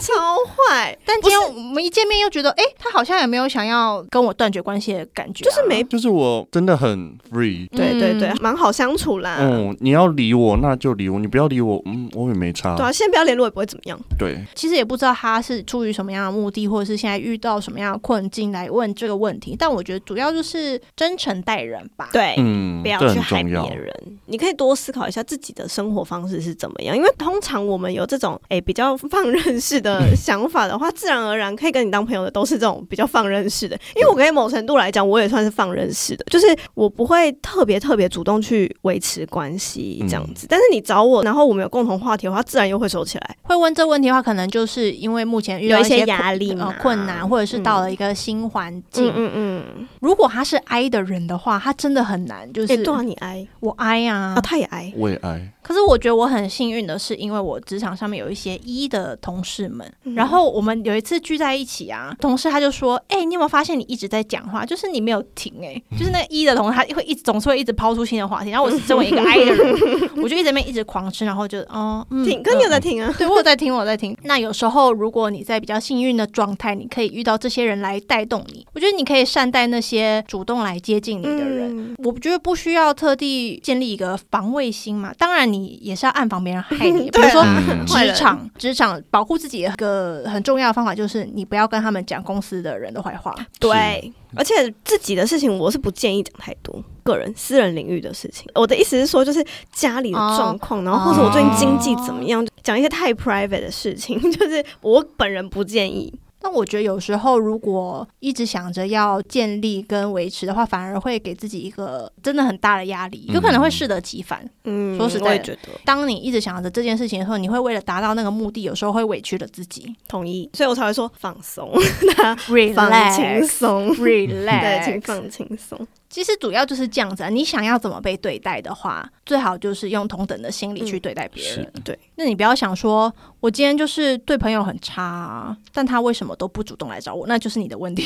S1: 超 坏，
S2: 但今天我们一见面又觉得，哎、他好像也没有想要跟我断绝关系的感觉啊、
S1: 就是没。
S3: 就是我真的很 free。
S1: 对对对
S2: 嗯，
S1: 蛮好相处啦。
S3: 嗯，你要理我，那就理我；你不要理我，嗯，我也没差。
S1: 对啊，先不要联络也不会怎么样。
S3: 对
S2: 其实也不知道他是出于什么样的目的，或者是现在遇到什么样的困境来问这个问题。但我觉得主要就是真诚待人吧。，
S1: 对，
S3: 嗯，
S1: 哎不要
S3: 这
S1: 去
S3: 很
S1: 害
S3: 重要
S1: 别。人。你可以多思考一下自己的生活方式是怎么样，因为通常我们有这种诶、比较放任式
S3: 嗯
S1: 的想法的话，自然而然可以跟你当朋友的都是这种比较放任式的。因为我可以某程度来讲，我也算是放任式的，就是我不会特别特别主动去维持关系
S3: 嗯
S1: 这样子。但是你找我，然后我们有共同话题的话，自然又会收起来。
S2: 会问这问题的话，可能就是因为目前遇到
S1: 有一些
S2: 些
S1: 压
S2: 困
S1: 力
S2: 呃
S1: 嘛
S2: 困难，或者是到
S1: 嗯
S2: 了一个新环境。
S1: 嗯嗯嗯，
S2: 如果他是 I 的人的话，他真的很难，就
S1: 哎、
S2: 是
S1: 对啊，你挨
S2: 我 I 啊
S1: 啊，。他也挨。
S3: 为爱，
S2: 可是我觉得我很幸运的是，因为我职场上面有一些一的同事们，
S1: 嗯
S2: 然后我们有一次聚在一起啊，同事他就说：“哎、你有没有发现你一直在讲话，就是你没有停、欸？
S1: 嗯
S2: 哎，就是那个一的同事，他会一直总是会一直抛出新的话题。然后我是作为一个 I 的人，我就一直在那边一直狂吃，然后就 哦，嗯，
S1: 挺，跟你有在听啊，
S2: 对，我有在听，我有在听。那有时候，如果你在比较幸运的状态，你可以遇到这些人来带动你。我觉得你可以善待那些主动来接近你的人。
S1: 嗯
S2: 我觉得不需要特地建立一个防卫心嘛，当然你也是要暗防别人 害你，比
S1: 对
S2: 如
S1: 啊
S2: 说。
S3: 嗯，
S1: 坏
S2: 职
S1: 人
S2: 场，职场保护自己的一个很重要的方法就是，你不要跟他们讲公司的人的坏话。
S1: 对，而且自己的事情我是不建议讲太多，个人私人领域的事情。我的意思是说，就是家里的状况，
S2: 哦
S1: 然后或者我最近经济怎么样，讲一些太 private 的事情，就是我本人不建议。
S2: 那我觉得有时候如果一直想着要建立跟维持的话，反而会给自己一个真的很大的压力，有可能会适得其反。
S1: 嗯
S2: 说实在
S1: 我也
S2: 的
S1: 觉得
S2: 当你一直想着这件事情的时候，你会为了达到那个目的，有时候会委屈了自己。
S1: 同意，所以我才会说放松，放轻
S2: Relax，relax，
S1: 松，对，请
S2: relax
S1: 放轻松。
S2: 其实主要就是这样子啊。你想要怎么被对待的话，最好就是用同等的心理去对待别人。
S3: 是
S1: 对，
S2: 那你不要想说，我今天就是对朋友很差、啊，但他为什么都不主动来找我？那就是你的 问题。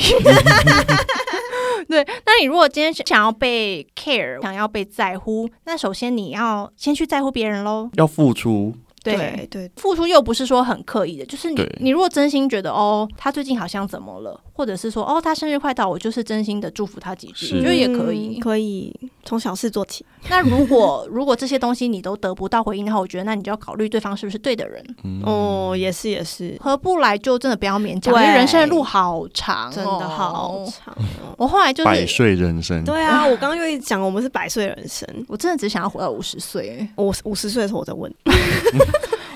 S2: 对，那你如果今天想要被 care，想要被在乎，那首先你要先去在乎别人喽。
S3: 要付出，
S1: 对对，
S2: 付出又不是说很刻意的，就是你
S3: 对
S2: 你如果真心觉得哦，他最近好像怎么了，或者是说哦，他生日快到，我就是真心的祝福他几句，
S3: 是
S2: 我觉得也可
S1: 嗯
S2: 以。
S1: 可以从小事做起。
S2: 那如果如果这些东西你都得不到回应的话，我觉得那你就要考虑对方是不是对的人，
S3: 嗯，
S1: 哦，也是也是，
S2: 合不来就真的不要勉强，
S1: 对
S2: 因为人生的路好长、哦
S1: 真的好。长哦。
S2: 我后来就
S3: 百
S2: 是，
S3: 岁人生，
S1: 对啊，我刚刚就一直讲我们是百岁人生，
S2: 我真的只想要活到五十岁。
S1: 我五十岁的时候我在问，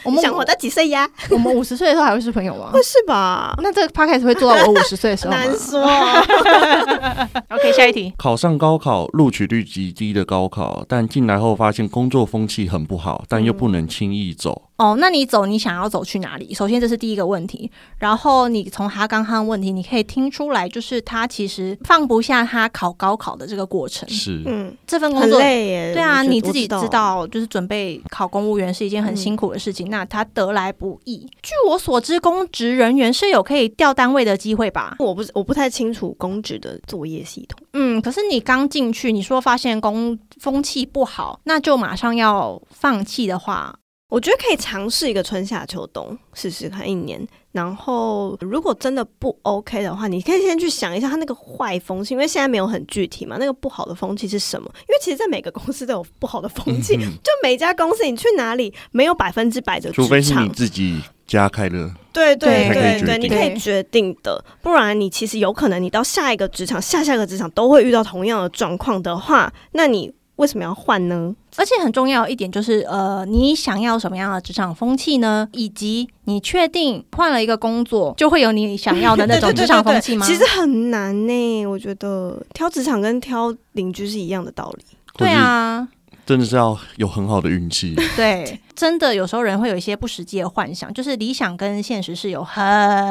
S2: 我
S1: 你
S2: 们
S1: 想活到几岁呀？
S2: 我们五十岁的时候还会是朋友吗
S1: 会？是吧？
S2: 那这个 podcast 会做到我五十岁的时候吗
S1: 难说，
S2: ？OK，下一题。
S3: 考上高考录取率极低的高考，但进来后发现工作风气很不好，但又
S1: 嗯
S3: 不能轻易走。
S2: 哦，那你走，你想要走去哪里？首先这是第一个问题，然后你从他刚刚的问题，你可以听出来，就是他其实放不下他考高考的这个过程，
S3: 是，
S1: 嗯，
S2: 这份工
S1: 很
S2: 作。
S1: 累耶。
S2: 对啊，
S1: 我觉得
S2: 你自己
S1: 我
S2: 知道，就是准备考公务员是一件
S1: 嗯
S2: 很辛苦的事情，那他得来不易。据我所知，公职人员是有可以调单位的机会吧？
S1: 我不我不太清楚公职的作业系统，
S2: 嗯，可是你刚进去，你说发现公风气不好，那就马上要放弃的话，
S1: 我觉得可以尝试一个春夏秋冬试试看一年。然后如果真的不 OK 的话，你可以先去想一下它那个坏风气，因为现在没有很具体嘛，那个不好的风气是什么？因为其实，在每个公司都有不好的风气，就每一家公司你去哪里没有百分之百的
S3: 嗯除非是
S1: 职场
S3: 你自己家开的，
S1: 对对对
S2: 对
S3: 才可以
S1: 对，
S3: 决定
S1: 你可以决定的，不然你其实有可能你到下一个职场、下下个职场都会遇到同样的状况的话，那你为什么要换呢？
S2: 而且很重要一点就是，呃，你想要什么样的职场风气呢？以及你确定换了一个工作就会有你想要的那种
S1: 对对对
S2: 职场风气吗？
S1: 其实很难呢、我觉得挑职场跟挑邻居是一样的道理。
S2: 对啊，
S3: 真的是要有很好的运气。
S2: 对，真的有时候人会有一些不实际的幻想，就是理想跟现实是有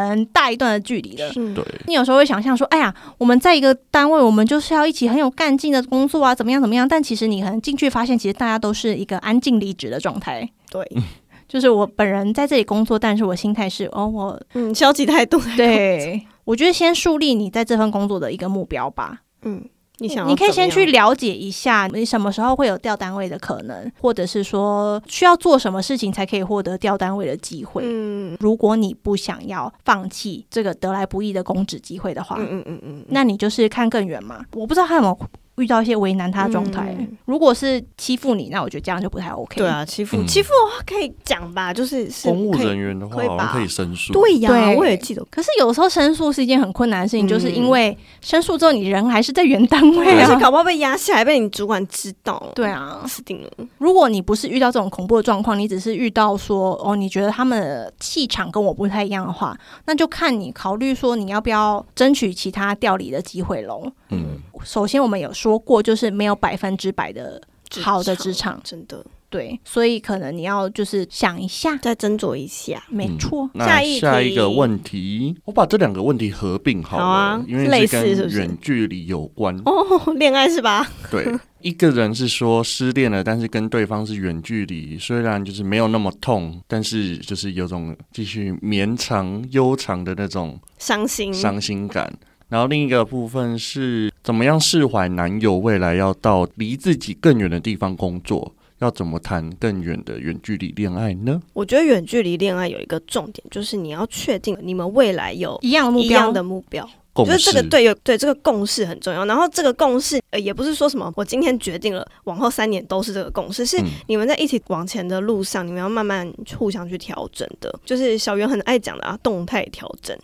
S2: 很大一段的距离的。
S1: 嗯
S3: 对，
S2: 你有时候会想象说，哎呀，我们在一个单位，我们就是要一起很有干劲的工作啊，怎么样怎么样？但其实你可能进去发现，其实大家都是一个安静离职的状态。
S1: 对，
S2: 就是我本人在这里工作，但是我心态是，哦，我
S1: 嗯，消极态度。，
S2: 对，我觉得先树立你在这份工作的一个目标吧。
S1: 嗯，你想要
S2: 你可以先
S1: 怎么
S2: 去
S1: 样
S2: 了解一下，你什么时候会有调单位的可能，或者是说需要做什么事情才可以获得调单位的机会。
S1: 嗯
S2: 如果你不想要放弃这个得来不易的公职机会的话，
S1: 嗯嗯嗯嗯，
S2: 那你就是看更远嘛。我不知道他有没有遇到一些为难他的状态。
S1: 嗯
S2: 如果是欺负你，那我觉得这样就不太 OK。
S1: 对，啊，欺负、
S3: 嗯
S1: 欺负的话可以讲吧，就是是
S3: 公务
S1: 可以
S3: 人员的话，
S1: 可以吧
S3: 好像可以申诉。
S1: 对呀、
S2: 对
S1: 我也记得。
S2: 可是有时候申诉是一件很困难的事情，就是
S1: 嗯
S2: 因为申诉之后你人还是在原单位
S1: 而且
S2: 啊。
S1: 搞不好被压下来，被你主管知道，
S2: 对，啊，
S1: 死定了。
S2: 如果你不是遇到这种恐怖的状况，你只是遇到说哦，你觉得他们的气场跟我不太一样的话，那就看你考虑说你要不要争取其他调离的机会喽。
S3: 嗯，
S2: 首先，我们有说过，就是没有百分之百的好的职场，
S1: 真的
S2: 对，所以可能你要就是想一
S3: 嗯
S2: 下，
S1: 再斟酌一下。
S2: 没错。
S3: 那
S1: 下一题
S3: 下一个问题，我把这两个问题合并好了，
S1: 好啊
S3: 因为
S1: 类似是
S3: 跟
S1: 不是
S3: 远距离有关。
S1: 哦， 恋爱是吧？
S3: 对，一个人是说失恋了，但是跟对方是远距离，虽然就是没有那么痛，但是就是有种继续绵长悠长的那种
S1: 伤心，
S3: 伤心感。然后另一个部分是怎么样释怀男友未来要到离自己更远的地方工作，要怎么谈更远的远距离恋爱呢？
S1: 我觉得远距离恋爱有一个重点，就是你要确定你们未来有
S2: 一样的目
S1: 一
S2: 标
S1: 样的目标。
S3: 共
S1: 就是
S3: 识
S1: 这个对有对这个共识很重要。然后这个共识呃也不是说什么我今天决定了，往后三年都是这个共识，是
S3: 嗯
S1: 你们在一起往前的路上，你们要慢慢互相去调整的。就是小圆很爱讲的啊，动态调 整。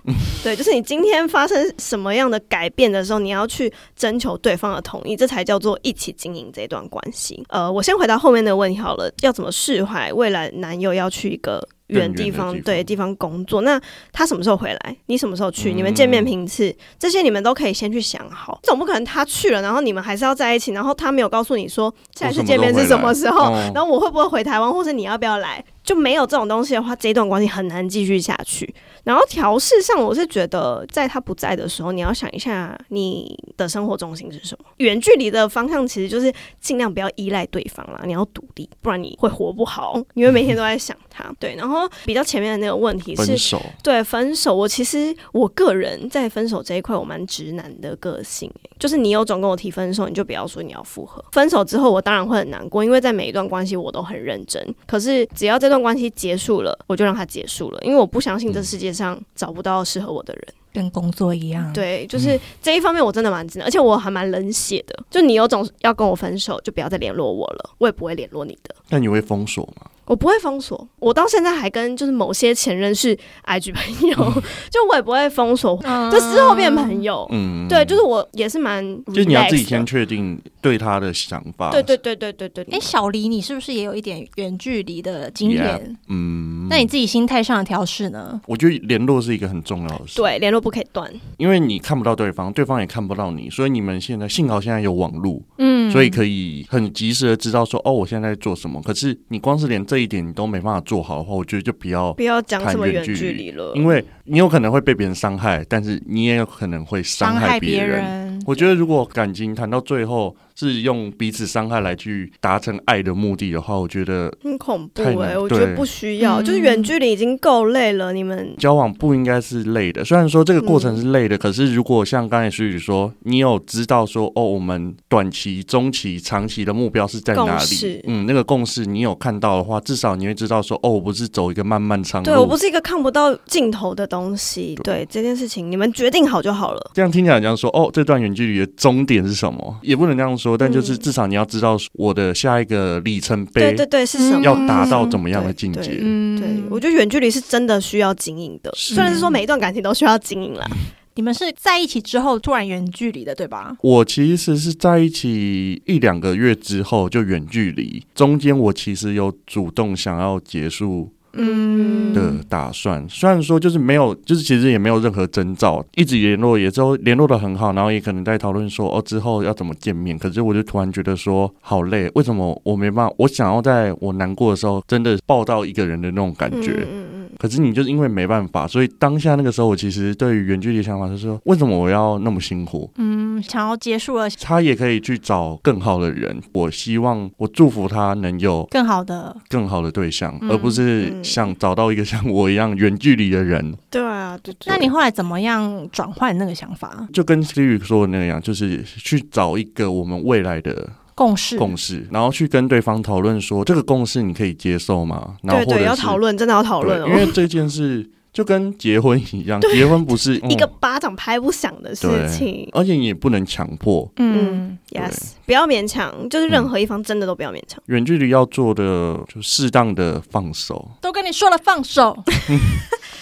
S1: 对，就是你今天发生什么样的改变的时候，你要去征求对方的同意，这才叫做一起经营这段关系。呃，我先回答后面的问题好了，要怎么释怀未来男友要去一个远
S3: 远
S1: 地
S3: 的
S1: 方
S3: 地
S1: 对
S3: 方
S1: 地方工作。那他什么时候回来？你什么时候
S3: 嗯
S1: 去？你们见面频次、这些你们都可以先去想好。总不可能他去了，然后你们还是要在一起，然后他没有告诉你说下一次见面是什么时候，
S3: 嗯
S1: 然后我会不会回台湾，或是你要不要来？就没有这种东西的话，这一段关系很难继续下去。然后调试上，我是觉得在他不在的时候，你要想一下你的生活重心是什么。远距离的方向其实就是尽量不要依赖对方啦，你要独立，不然你会活不好，你会每天都在想他。对，然后比较前面的那个问题是
S3: 分，手，
S1: 对分手，我其实我个人在分手这一块，我蛮直男的个性、欸，就是你有种跟我提分手，你就不要说你要复合。分手之后，我当然会很难过，因为在每一段关系我都很认真。可是只要这段关系结束了，我就让它结束了，因为我不相信这世界上找不到适合我的人。
S2: 跟工作一样，，
S1: 对，就是这一方面我真的蛮直男，而且我还蛮冷血的。就你有种要跟我分手，就不要再联络我了，我也不会联络你的。
S3: 那你会封锁吗？
S1: 我不会封锁，我到现在还跟就是某些前任是 IG 朋友， 就我也不会封锁，
S2: 嗯
S1: 就之后变朋友。
S3: 嗯，
S1: 对，就是我也是蛮 relax 的，
S3: 就是你要自己先确定对他的想法。
S1: 对。对对对对对。
S2: 哎，小黎，你是不是也有一点远距离的经验？
S3: 嗯，
S2: 那你自己心态上的调试呢？
S3: 我觉得联络是一个很重要的事，，
S1: 对，联络不可以断。
S3: 因为你看不到对方，对方也看不到你，所以你们现在幸好现在有网络，
S2: 嗯
S3: 所以可以很及时的知道说，哦，我现在在做什么。可是你光是连这一点你都没办法做好的话，我觉得就不要，
S1: 不要讲
S3: 谈
S1: 什么
S3: 远
S1: 远
S3: 距
S1: 距
S3: 离
S1: 离了，
S3: 因为你有可能会被别人伤害，但是你也有可能会伤害别人。
S2: 人，
S3: 我觉得，如果感情谈到最后是用彼此伤害来去达成爱的目的的话，我觉得
S1: 很恐怖
S3: 太
S1: 哎、
S3: 难
S1: 我觉得
S3: 对
S1: 不需要，就是
S2: 嗯
S1: 远距离已经够累了，你们
S3: 交往不应该是累的。虽然说这个过程是累的，可是如果像刚才徐宇说，你有知道说哦，我们短期、中期、长期的目标是在哪
S1: 共识
S3: 里？嗯，那个共识你有看到的话，至少你会知道说哦，我不是走一个漫漫长
S1: 对我
S3: 路
S1: 不。是一个看不到尽头的东西。对这件事情，你们决定好就好了。
S3: 这样听起来好像说哦，这段远距离的终点是什么？也不能这样说，但就是
S1: 嗯
S3: 至少你要知道我的下一个里程
S1: 对
S3: 碑
S1: 对对，是什么？
S3: 要达到怎么样的境
S1: 对
S3: 界。
S2: 嗯
S1: 对，我觉得远距离是真的需要经营的，
S3: 是
S1: 虽然是说每一段感情都需要经营啦，
S2: 你们是在一起之后突然远距离的，对吧？
S3: 我其实是在一起一两个月之后就远距离，中间我其实有主动想要结束
S1: 嗯
S3: 的打算，虽然说就是没有，就是其实也没有任何征兆，一直联络也之后联络的很好，然后也可能在讨论说哦之后要怎么见面，可是我就突然觉得说好累，为什么我没办法？我想要在我难过的时候真的抱到一个人的那种感觉，
S1: 嗯嗯
S3: 可是你就是因为没办法，所以当下那个时候，我其实对于远距离的想法就是说，为什么我要那么辛苦？
S2: 嗯，想要结束了
S3: 他也可以去找更好的人。我希望，我祝福他能有
S2: 更好的，
S3: 更好的对象，
S2: 嗯
S3: 而不是像找到一个像我一样远距离的人。
S1: 对啊，对对。
S2: 那你后来怎么样转换那个想法？
S3: 就跟 Siri 说的那样，就是去找一个我们未来的
S2: 共识，
S3: 共识，然后去跟对方讨论说，这个共识你可以接受吗？然
S1: 对
S3: 后或者
S1: 对，
S3: 是
S1: 要讨论，真的要讨论哦
S3: 对因。为这件事就跟结婚一 样，结婚不是
S1: 一个
S3: 嗯
S1: 巴掌拍不响的事情
S3: 对，而且你也不能强迫。
S2: 嗯，
S1: ，yes，不要勉强，就是任何一方真的都不要勉强。
S3: 远距离要做的就适当的放手，
S2: 都跟你说了放 手，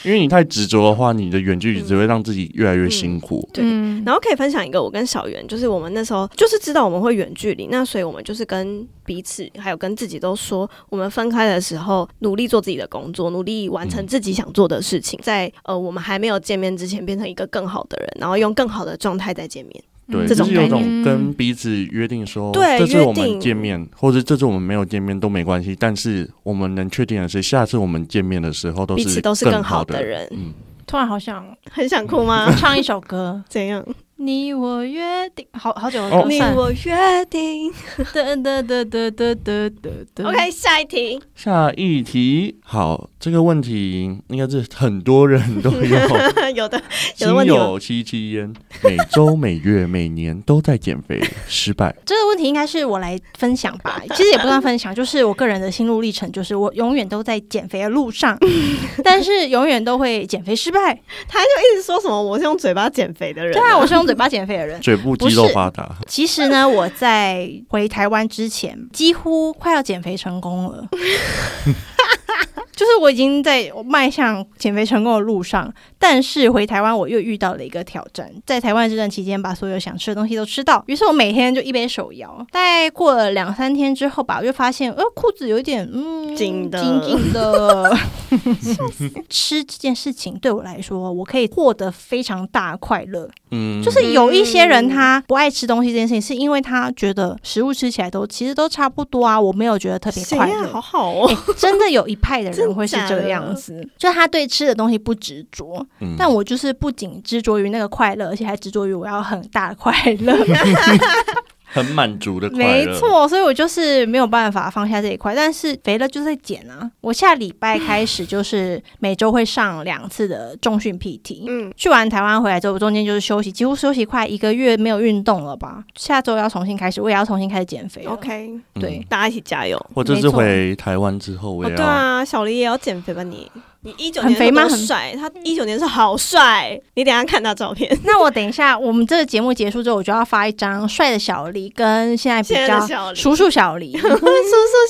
S3: 因为你太执着的话，你的远距离只会让自己越来越辛苦。
S1: 对
S2: 嗯
S1: 然后可以分享一个，我跟小圆，就是我们那时候就是知道我们会远距离，那所以我们就是跟彼此还有跟自己都说，我们分开的时候努力做自己的工作，努力完成自己想做的事情，在呃我们还没有见面之前，变成一个更好的人，然后用更好的状态再见面。
S3: 对，
S1: 嗯这
S3: 就
S1: 种
S3: 是有
S1: 概
S3: 种
S2: 念
S3: 跟彼此约定说，
S1: 对
S3: 这次
S1: 约
S3: 我们
S1: 定
S3: 见面，或者这次我们没有见面都没关系，但是我们能确定的是，下次我们见面的时候都
S1: 彼此都是更好
S3: 好
S1: 的。人，嗯
S3: 嗯，
S2: 突然好想
S1: 很想哭吗？，
S2: 唱一首歌
S1: 怎样？
S2: 你我约定，好好久的
S3: 哦
S2: 歌
S1: 你
S2: 散了，
S1: 我约定。
S2: 得得得得得得得得
S1: OK，下一题。
S3: 下一题，好，这个问题应该是很多人都 有。
S1: 有的有的
S3: 心
S1: 问题吗
S3: 有戚戚焉，每周、每月、每年都在减肥，失 败。
S2: 这个问题应该是我来分享吧，其实也不算分享，就是我个人的心路历程，就是我永远都在减肥的路上，但是永远都会减肥失败。
S1: 他就一直说什么我是用嘴巴减肥的人、
S2: 对啊，我是用嘴巴减肥的人。
S3: 嘴部肌肉发达，
S2: 其实呢，我在回台湾之前，几乎快要减肥成功了。 就是我已经在迈向减肥成功的路上，但是回台湾我又遇到了一个挑战。在台湾这段期间，把所有想吃的东西都吃到，于是我每天就一杯手摇。大概过哦了两三天之后吧，我就发现，呃，裤子有点嗯
S1: 紧的
S2: 紧紧的， 吃这件事情对我来说，我可以获得非常大的快乐。
S3: 嗯，
S2: 就是有一些
S1: 嗯
S2: 人他不爱吃东西这件事情，是因为他觉得食物吃起来都其实都差不多啊，我没有觉得特别
S1: 谁
S2: 快
S1: 呀、
S2: 乐。
S1: 好好哦、
S2: 欸真的有一派的
S1: 真的
S2: 人会是
S1: 假
S2: 这
S1: 的
S2: 个样子，就他对吃的东西不执着，
S3: 嗯
S2: 但我就是不仅执着于那个快乐，而且还执着于我要很大的快乐。
S3: 很满足的快
S2: 没
S3: 乐，，
S2: 错，所以我就是没有办法放下这一块，但是肥了就是在减啊。我下礼拜开始就是每周会上两次的重训 PT。
S1: 嗯，
S2: 去完台湾回来之后，我中间就是休息，几乎休息快一个月没有运动了吧。下周要重新开始，我也要重新开始减肥了。
S1: OK，
S3: 嗯
S2: 对。
S1: 大家一起加油。
S3: 我这
S2: 没
S3: 次
S2: 错
S3: 回台湾之后，我
S1: 哦，
S3: 也
S1: 对
S3: 要
S1: 啊，小黎也要减肥吧你？你一九
S2: 很
S1: 年
S2: 肥吗
S1: 多帅，他一九年是好帅。你等一下看他照片，
S2: 那我等一下，我们这个节目结束之后，我就要发一张帅的小黎跟现在比
S1: 现在的
S2: 较
S1: 小黎，
S2: 叔叔小 黎。
S1: 叔叔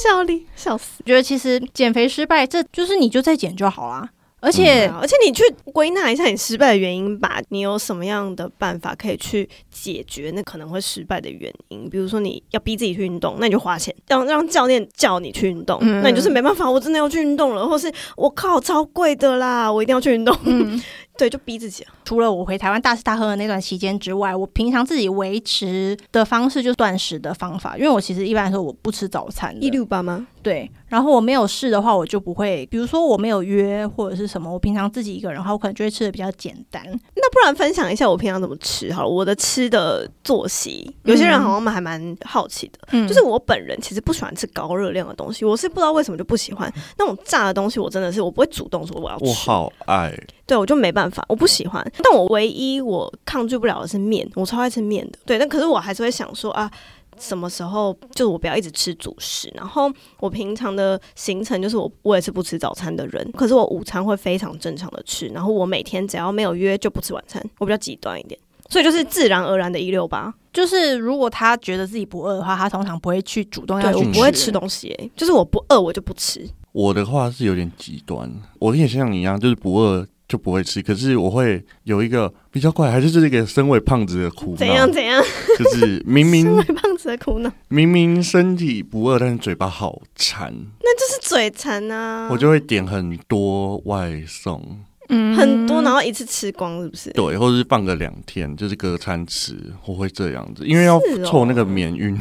S1: 小黎，笑死。
S2: 我觉得其实减肥失败，这就是你就再减就好啦。而且、
S1: 啊而且你去归纳一下你失败的原因吧，你有什么样的办法可以去解决那可能会失败的原因？比如说你要逼自己去运动，那你就花钱，让让教练叫你去运动，
S2: 嗯
S1: 那你就是没办法，我真的要去运动了，或是我靠超贵的啦，我一定要去运动， 对，就逼自己啊。
S2: 除了我回台湾大吃大喝的那段期间之外，我平常自己维持的方式就是断食的方法，因为我其实一般来说我不吃早餐的。
S1: 六八吗？
S2: 对，然后我没有事的话，我就不会，比如说我没有约或者是什么，我平常自己一个人的话，我可能就会吃的比较简单。
S1: 那不然分享一下我平常怎么吃好了，我的吃的作息，有些人
S2: 嗯
S1: 好像还蛮好奇的。
S2: 嗯
S1: 就是我本人其实不喜欢吃高热量的东西，我是不知道为什么就不喜欢那种炸的东西，我真的是我不会主动说我要吃，
S3: 我好爱，
S1: 对我就没办法，我
S3: 嗯
S1: 不喜欢。但我唯一我抗拒不了的是面，我超爱吃面的，对，但可是我还是会想说啊。什么时候就我不要一直吃主食，然后我平常的行程就是我我也是不吃早餐的人，可是我午餐会非常正常的吃，然后我每天只要没有约就不吃晚餐，我比较极端一点，所以就是自然而然的一六八，
S2: 就是如果他觉得自己不饿的话，他通常不会去主动要
S1: 对
S2: 去
S1: 我
S3: 去
S1: 不会
S3: 吃嗯
S1: 吃东西、欸，就是我不饿我就不吃，
S3: 我的话是有点极端，我也像你一样，就是不饿就不会吃，可是我会有一个比较怪，还是就是一个身为胖子的苦恼，
S1: 怎样怎样，
S3: 就是 明明
S1: 身为胖子的苦恼，
S3: 明明身体不饿，但是嘴巴好馋，
S1: 是嘴馋啊，
S3: 我就会点很多外送，
S2: 嗯
S1: 很多，然后一次吃光，是不哦是？
S3: 对，或者是放个两天，就是隔餐吃，我会这样子，因为要
S1: 是哦
S3: 凑那个免运。
S1: 哦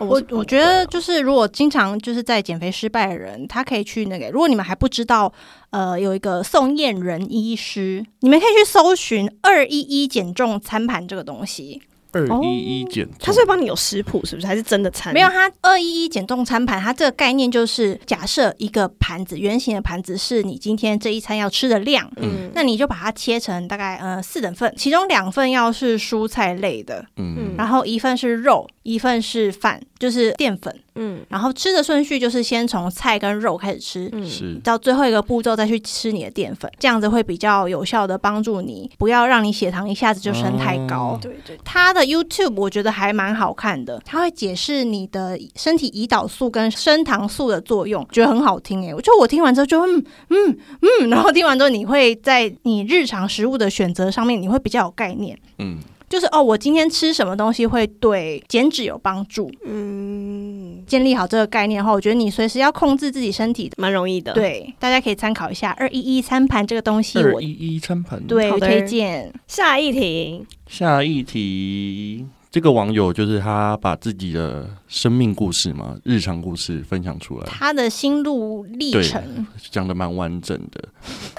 S2: 我
S1: 是不
S2: 我
S1: 会
S2: 觉得
S1: 啊
S2: 就是，如果经常就是在减肥失败的人，他可以去那个。如果你们还不知道，呃，有一个宋燕人医师，你们可以去搜寻“二一一减重餐盘”这个东西。
S3: 二一一减重，
S1: 哦他是会帮你有食谱，是不是？还是真的餐？
S2: 没有，，它二一一减重餐盘，它这个概念就是，假设一个盘子，圆形的盘子是你今天这一餐要吃的量，
S1: 嗯，
S2: 那你就把它切成大概呃四等份，其中两份要是蔬菜类的，
S3: 嗯
S2: 然后一份是肉，一份是饭，就是淀粉。
S1: 嗯
S2: 然后吃的顺序就是先从菜跟肉开始吃，
S1: 嗯，
S3: 是
S2: 到最后一个步骤再去吃你的淀粉，这样子会比较有效的帮助你，不要让你血糖一下子就升太高
S3: 哦。
S1: 对对，
S2: 他的 YouTube 我觉得还蛮好看的，他会解释你的身体胰岛素跟升糖素的作用，觉得很好听诶、我觉得我听完之后就嗯嗯嗯， 然后听完之后你会在你日常食物的选择上面你会比较有概念，
S3: 嗯，
S2: 就是哦，我今天吃什么东西会对减脂有帮助，
S1: 嗯，
S2: 建立好这个概念后，我觉得你随时要控制自己身体的。
S1: 蛮容易的。，
S2: 对，大家可以参考一下二一一餐盘这个东西我，
S3: 二一一餐盘。
S2: 对
S1: 好的
S2: 推荐。
S1: 下一题，
S3: 下一题，这个网友就是他把自己的生命故事嘛，日常故事分享出来，
S2: 他的心路历
S3: 对
S2: 程，
S3: 讲的蛮完整的。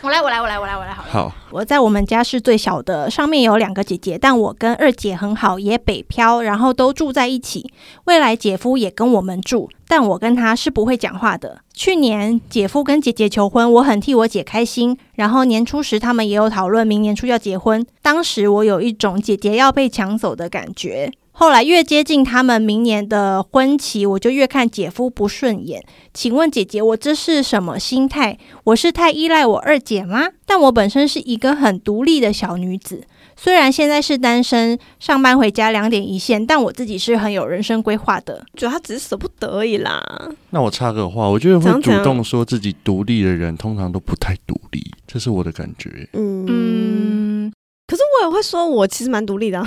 S2: 我来，我来，我来，我来，我来，好了。
S3: 好，
S2: 我在我们家是最小的，上面有两个姐姐，但我跟二姐很好，也北漂，然后都住在一起。未来姐夫也跟我们住，但我跟他是不会讲话的。去年姐夫跟姐姐求婚，我很替我姐开心。然后年初时他们也有讨论明年初要结婚，当时我有一种姐姐要被抢走的感觉。后来越接近他们明年的婚期，我就越看姐夫不顺眼。请问姐姐，我这是什么心态？我是太依赖我二姐吗？但我本身是一个很独立的小女子，虽然现在是单身，上班回家两点一线，但我自己是很有人生规划的。
S1: 觉得他只是舍不得而已啦。
S3: 那我插个话，我觉得
S1: 怎样
S3: 会主
S1: 怎样
S3: 动说自己独立的人，通常都不太独立，这是我的感觉。
S1: 嗯，
S2: 嗯，
S1: 可是我也会说，我其实蛮独立的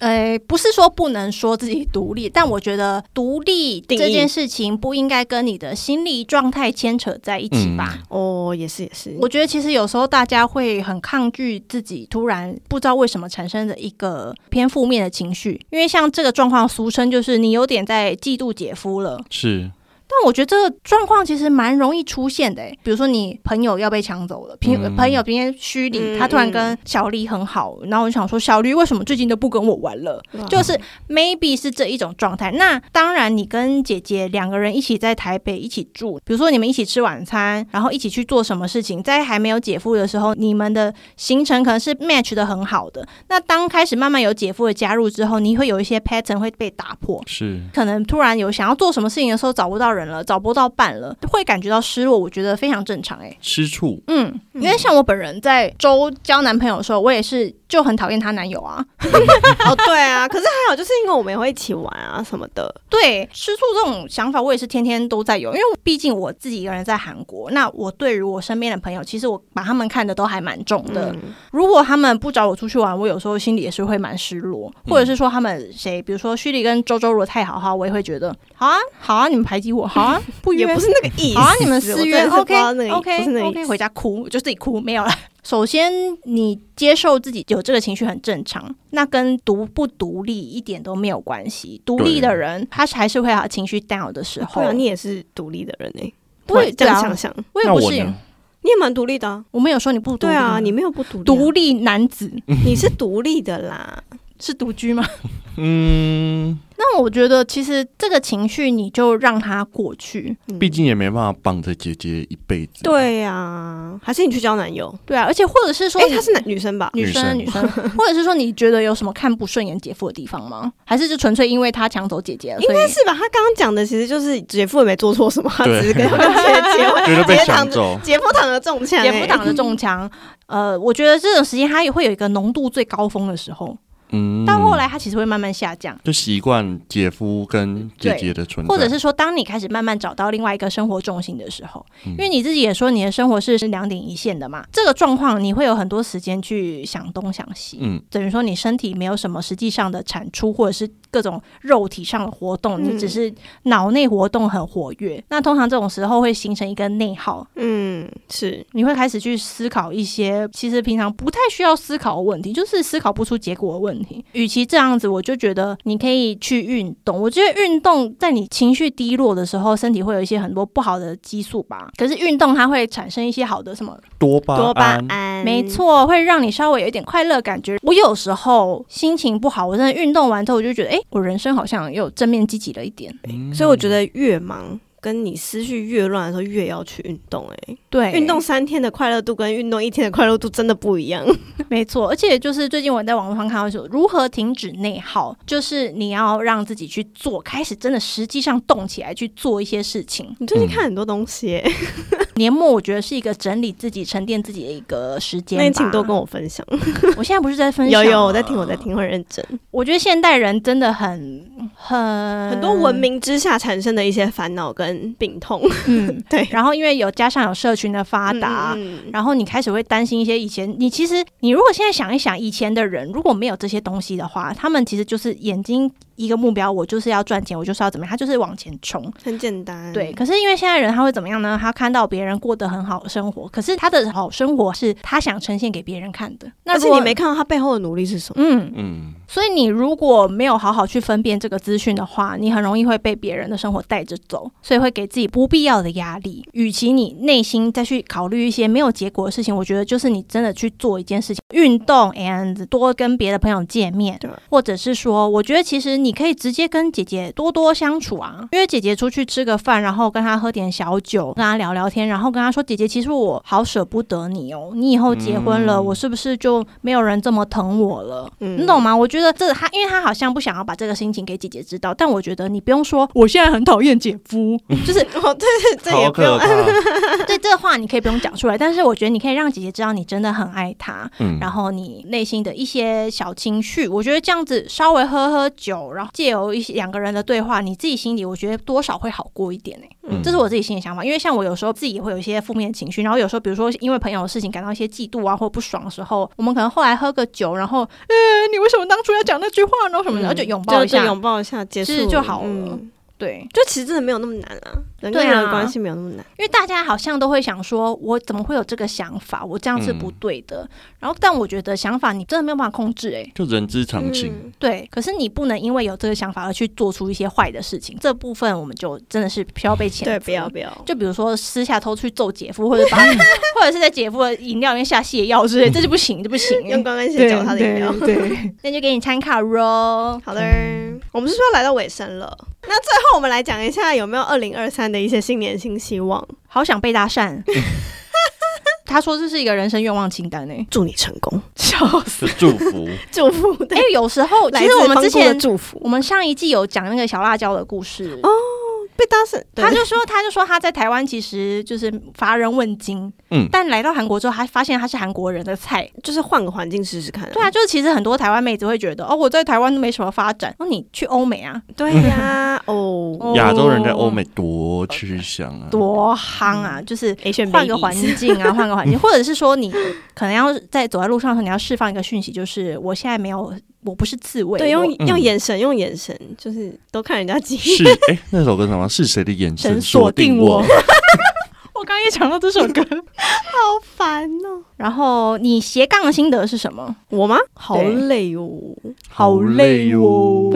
S1: 啊、
S2: 呃，不是说不能说自己独立，但我觉得独立
S1: 定义
S2: 这件事情不应该跟你的心理状态牵扯在一起
S3: 嗯
S2: 吧。
S1: 哦，也是也是，
S2: 我觉得其实有时候大家会很抗拒自己突然不知道为什么产生的一个偏负面的情绪，因为像这个状况，俗称就是你有点在嫉妒姐夫了。
S3: 是
S2: 但我觉得这个状况其实蛮容易出现的、欸，比如说你朋友要被抢走了，朋友、
S3: 嗯
S2: 朋友今天虚礼，
S1: 嗯
S2: 他突然跟小丽很好，然后我就想说小丽为什么最近都不跟我玩了？
S1: 哇
S2: 就是 maybe 是这一种状态。那当然，你跟姐姐两个人一起在台北一起住，比如说你们一起吃晚餐，然后一起去做什么事情，在还没有姐夫的时候，你们的行程可能是 match 的很好的。那当开始慢慢有姐夫的加入之后，你会有一些 pattern 会被打破。
S3: 是，
S2: 可能突然有想要做什么事情的时候找不到人了，找不到伴了，会感觉到失落，我觉得非常正常、欸。
S3: 吃醋
S2: 嗯，因为像我本人在周交男朋友的时候，我也是就很讨厌她男友啊，
S1: 哦，对啊，可是还好，就是因为我们也会一起玩啊什么的，
S2: 对，吃醋这种想法，我也是天天都在有，因为毕竟我自己一个人在韩国，那我对于我身边的朋友，其实我把他们看的都还蛮重的。
S1: 嗯
S2: 如果他们不找我出去玩，我有时候心里也是会蛮失落，
S1: 嗯
S2: 或者是说他们谁，比如说旭丽跟周周如果太好哈，我也会觉得好啊，好啊，你们排挤我，好啊，不
S1: 也
S2: 约
S1: 不是那个意思。
S2: 好啊，你们私
S1: 私
S2: 约，OK
S1: 那个
S2: OK
S1: 不是那个意
S2: OK，
S1: 思
S2: 回家哭，我就自己哭，没有了。首先，你接受自己有这个情绪很正常，那跟独不独立一点都没有关系。独立的人，他还是会有情绪 down 的时候
S1: 对。啊，你也是独立的人哎、欸，
S2: 我也
S1: 突然这
S2: 对
S1: 样
S2: 啊
S1: 想想，
S2: 我也
S3: 那
S2: 不
S3: 我
S2: 是，
S3: 呢？
S1: 你也蛮独立的、啊。
S2: 我没有说你不独立
S1: 对啊，你
S2: 们
S1: 没有不独立、啊，
S2: 独立男子
S1: 你是独立的啦。
S2: 是独居吗？
S3: 嗯，
S2: 那我觉得其实这个情绪你就让它过去。
S1: 嗯
S3: 毕竟也没办法绑着姐姐一辈子。，
S1: 对呀、啊，还是你去交男友？
S2: 对啊，而且或者是说
S1: 哎、
S2: 你
S1: 他是男女生吧？
S2: 女生
S3: 女
S2: 女生， 或者是说你觉得有什么看不顺眼姐夫的地方吗？还是就纯粹因为他抢走姐姐了？
S1: 应
S2: 所以
S1: 该是吧？他刚刚讲的其实就是姐夫也没做错什么，他
S3: 对
S1: 只 是跟他们结结婚，
S3: 觉得被
S1: 姐
S3: 抢
S1: 躺着，
S3: 走，
S1: 姐夫躺着中枪、欸，
S2: 姐夫挡着中枪。呃，我觉得这种时间它也会有一个浓度最高峰的时候，
S3: 嗯，
S2: 到后来它其实会慢慢下降。
S3: 就习惯姐夫跟姐姐的存在，
S2: 或者是说，当你开始慢慢找到另外一个生活重心的时候，
S3: 嗯
S2: 因为你自己也说你的生活是是两点一线的嘛，这个状况你会有很多时间去想东想西，
S3: 嗯，
S2: 等于说你身体没有什么实际上的产出，或者是各种肉体上的活动，
S1: 嗯
S2: 你只是脑内活动很活跃。那通常这种时候会形成一个内耗，
S1: 嗯，是
S2: 你会开始去思考一些其实平常不太需要思考的问题，就是思考不出结果的问题。与其这样子，我就觉得你可以去运动。我觉得运动在你情绪低落的时候，身体会有一些很多不好的激素吧。可是运动它会产生一些好的什么？
S3: 多巴
S1: 多巴
S3: 胺，
S1: 胺，
S2: 没，错，会让你稍微有一点快乐感觉。我有时候心情不好，我真的运动完之后，我就觉得，诶，我人生好像又正面积极了一点。
S1: 所以我觉得越忙。跟你思绪越乱的时候，越要去运动、欸。
S2: 对，
S1: 运动三天的快乐度跟运动一天的快乐度真的不 一样。
S2: 没错，而且就是最近我在网络上看到说，如何停止内耗，就是你要让自己去做，开始真的实际上动起来去做一些事情。
S1: 你最近看很多东西、欸，
S2: 年末我觉得是一个整理自己、沉淀自己的一个时间吧。
S1: 那你请多跟我分享。
S2: 我现在不是在分享，
S1: 有有，我在听，我在听，会认真。
S2: 我觉得现代人真的很很
S1: 很多文明之下产生的一些烦恼跟病痛，
S2: 嗯，
S1: 对
S2: 然后因为有加上有社群的发达。
S1: 嗯嗯
S2: 然后你开始会担心一些以前，你其实你如果现在想一想，以前的人如果没有这些东西的话，他们其实就是眼睛一个目标，我就是要赚钱，我就是要怎么样，他就是往前冲。
S1: 很简单。
S2: 对，，可是因为现在人他会怎么样呢？他看到别人过得很好的生活，可是他的好生活是他想呈现给别人看的。那
S1: 而
S2: 如
S1: 且
S2: 果
S1: 你没看到他背后的努力是什么。
S2: 嗯，
S3: 嗯，
S2: 所以你如果没有好好去分辨这个资讯的话，你很容易会被别人的生活带着走，所以会给自己不必要的压力。与其你内心再去考虑一些没有结果的事情，我觉得就是你真的去做一件事情，运动，and 多跟别的朋友见面
S1: 对，
S2: 或者是说，我觉得其实你可以直接跟姐姐多多相处啊，约姐姐出去吃个饭，然后跟她喝点小酒，跟她聊聊天，然后跟她说，姐姐，其实我好舍不得你哦，你以后结婚了，
S3: 嗯
S2: 我是不是就没有人这么疼我了？
S1: 嗯
S2: 你懂吗？我觉得这他，因为他好像不想要把这个心情给姐姐知道，但我觉得你不用说，我现在很讨厌姐夫，就是
S1: 哦，对对，这也
S3: 好
S1: 不用
S3: 可。怕，
S2: 呃对这话你可以不用讲出来， 但是我觉得你可以让姐姐知道你真的很爱他，
S3: 嗯，
S2: 然后你内心的一些小情绪，我觉得这样子稍微喝喝酒，然后借由一些两个人的对话，你自己心里我觉得多少会好过一点呢、欸
S3: 嗯
S2: 这是我自己心里想法，因为像我有时候自己也会有一些负面情绪，然后有时候比如说因为朋友的事情感到一些嫉妒啊或不爽的时候，我们可能后来喝个酒，然后，呃，你为什么当初要讲那句话呢？然后什么的，然后就拥抱一
S1: 嗯就
S2: 下，
S1: 拥抱一下，结
S2: 是
S1: 束
S2: 就好了
S1: 嗯
S2: 对，
S1: 就其实真的没有那么难啊，人跟
S2: 对啊
S1: 人的关系没有那么难。
S2: 因为大家好像都会想说，我怎么会有这个想法？我这样是
S1: 嗯
S2: 不对的。然后，但我觉得想法你真的没有办法控制、欸，
S3: 就人之常情。
S1: 嗯
S2: 对。可是你不能因为有这个想法而去做出一些坏的事情，这部分我们就真的是需要被谴责。
S1: 对，不要。不要，
S2: 就比如说私下偷去揍姐夫，或者 把，或者是在姐夫的饮料里面下泻药之类，这就不行，这不行。
S1: 用高跟鞋搅他的饮料。
S2: 对，对那就给你参考喽。
S1: 好的，我们是不是要来到尾声了？那最后我们来讲一下有没有二零二三的一些新年新希望，
S2: 好想被搭讪。 他说这是一个人生愿望清单欸诶、
S1: 祝你成功，
S2: 笑死！
S3: 就祝福，
S1: 祝福的
S2: 哎、。有时候
S1: 来
S2: 其实
S1: 自
S2: 我们
S1: 方
S2: 之
S1: 姑的
S2: 前
S1: 祝福
S2: 我们上一季有讲那个小辣椒的故事，
S1: 哦被搭讪，对
S2: 他就说他就说他在台湾其实就是乏人问津，
S3: 嗯，
S2: 但来到韩国之后，他发现他是韩国人的菜。
S1: 就是换个环境试试看、啊。
S2: 对啊，就是其实很多台湾妹子会觉得哦，我在台湾都没什么发展，那、哦你去欧美啊，
S1: 对呀， 哦
S2: 哦
S3: 亚洲人在欧美多吃香啊，
S2: 多夯啊，就是。
S1: ，A 选 B，
S2: 换个环境 啊，换个环境，或者是说你可能要在走在路上的时候，你要释放一个讯息，就是我现在没有，我不是刺猬，
S1: 对，用
S2: 我
S1: 用
S3: 嗯
S1: 眼神，用眼神，就是都看人家几
S3: 是哎、那首歌什么？是谁的眼
S2: 神
S3: 神
S2: 锁
S3: 锁
S2: 定
S3: 定
S2: 我
S3: 我？
S2: 我刚刚也讲到这首歌，
S1: 好 烦哦。
S2: 然后你斜杠的心得是什么？
S1: 我吗？好
S2: 对
S1: 累哦。
S3: 好累哦！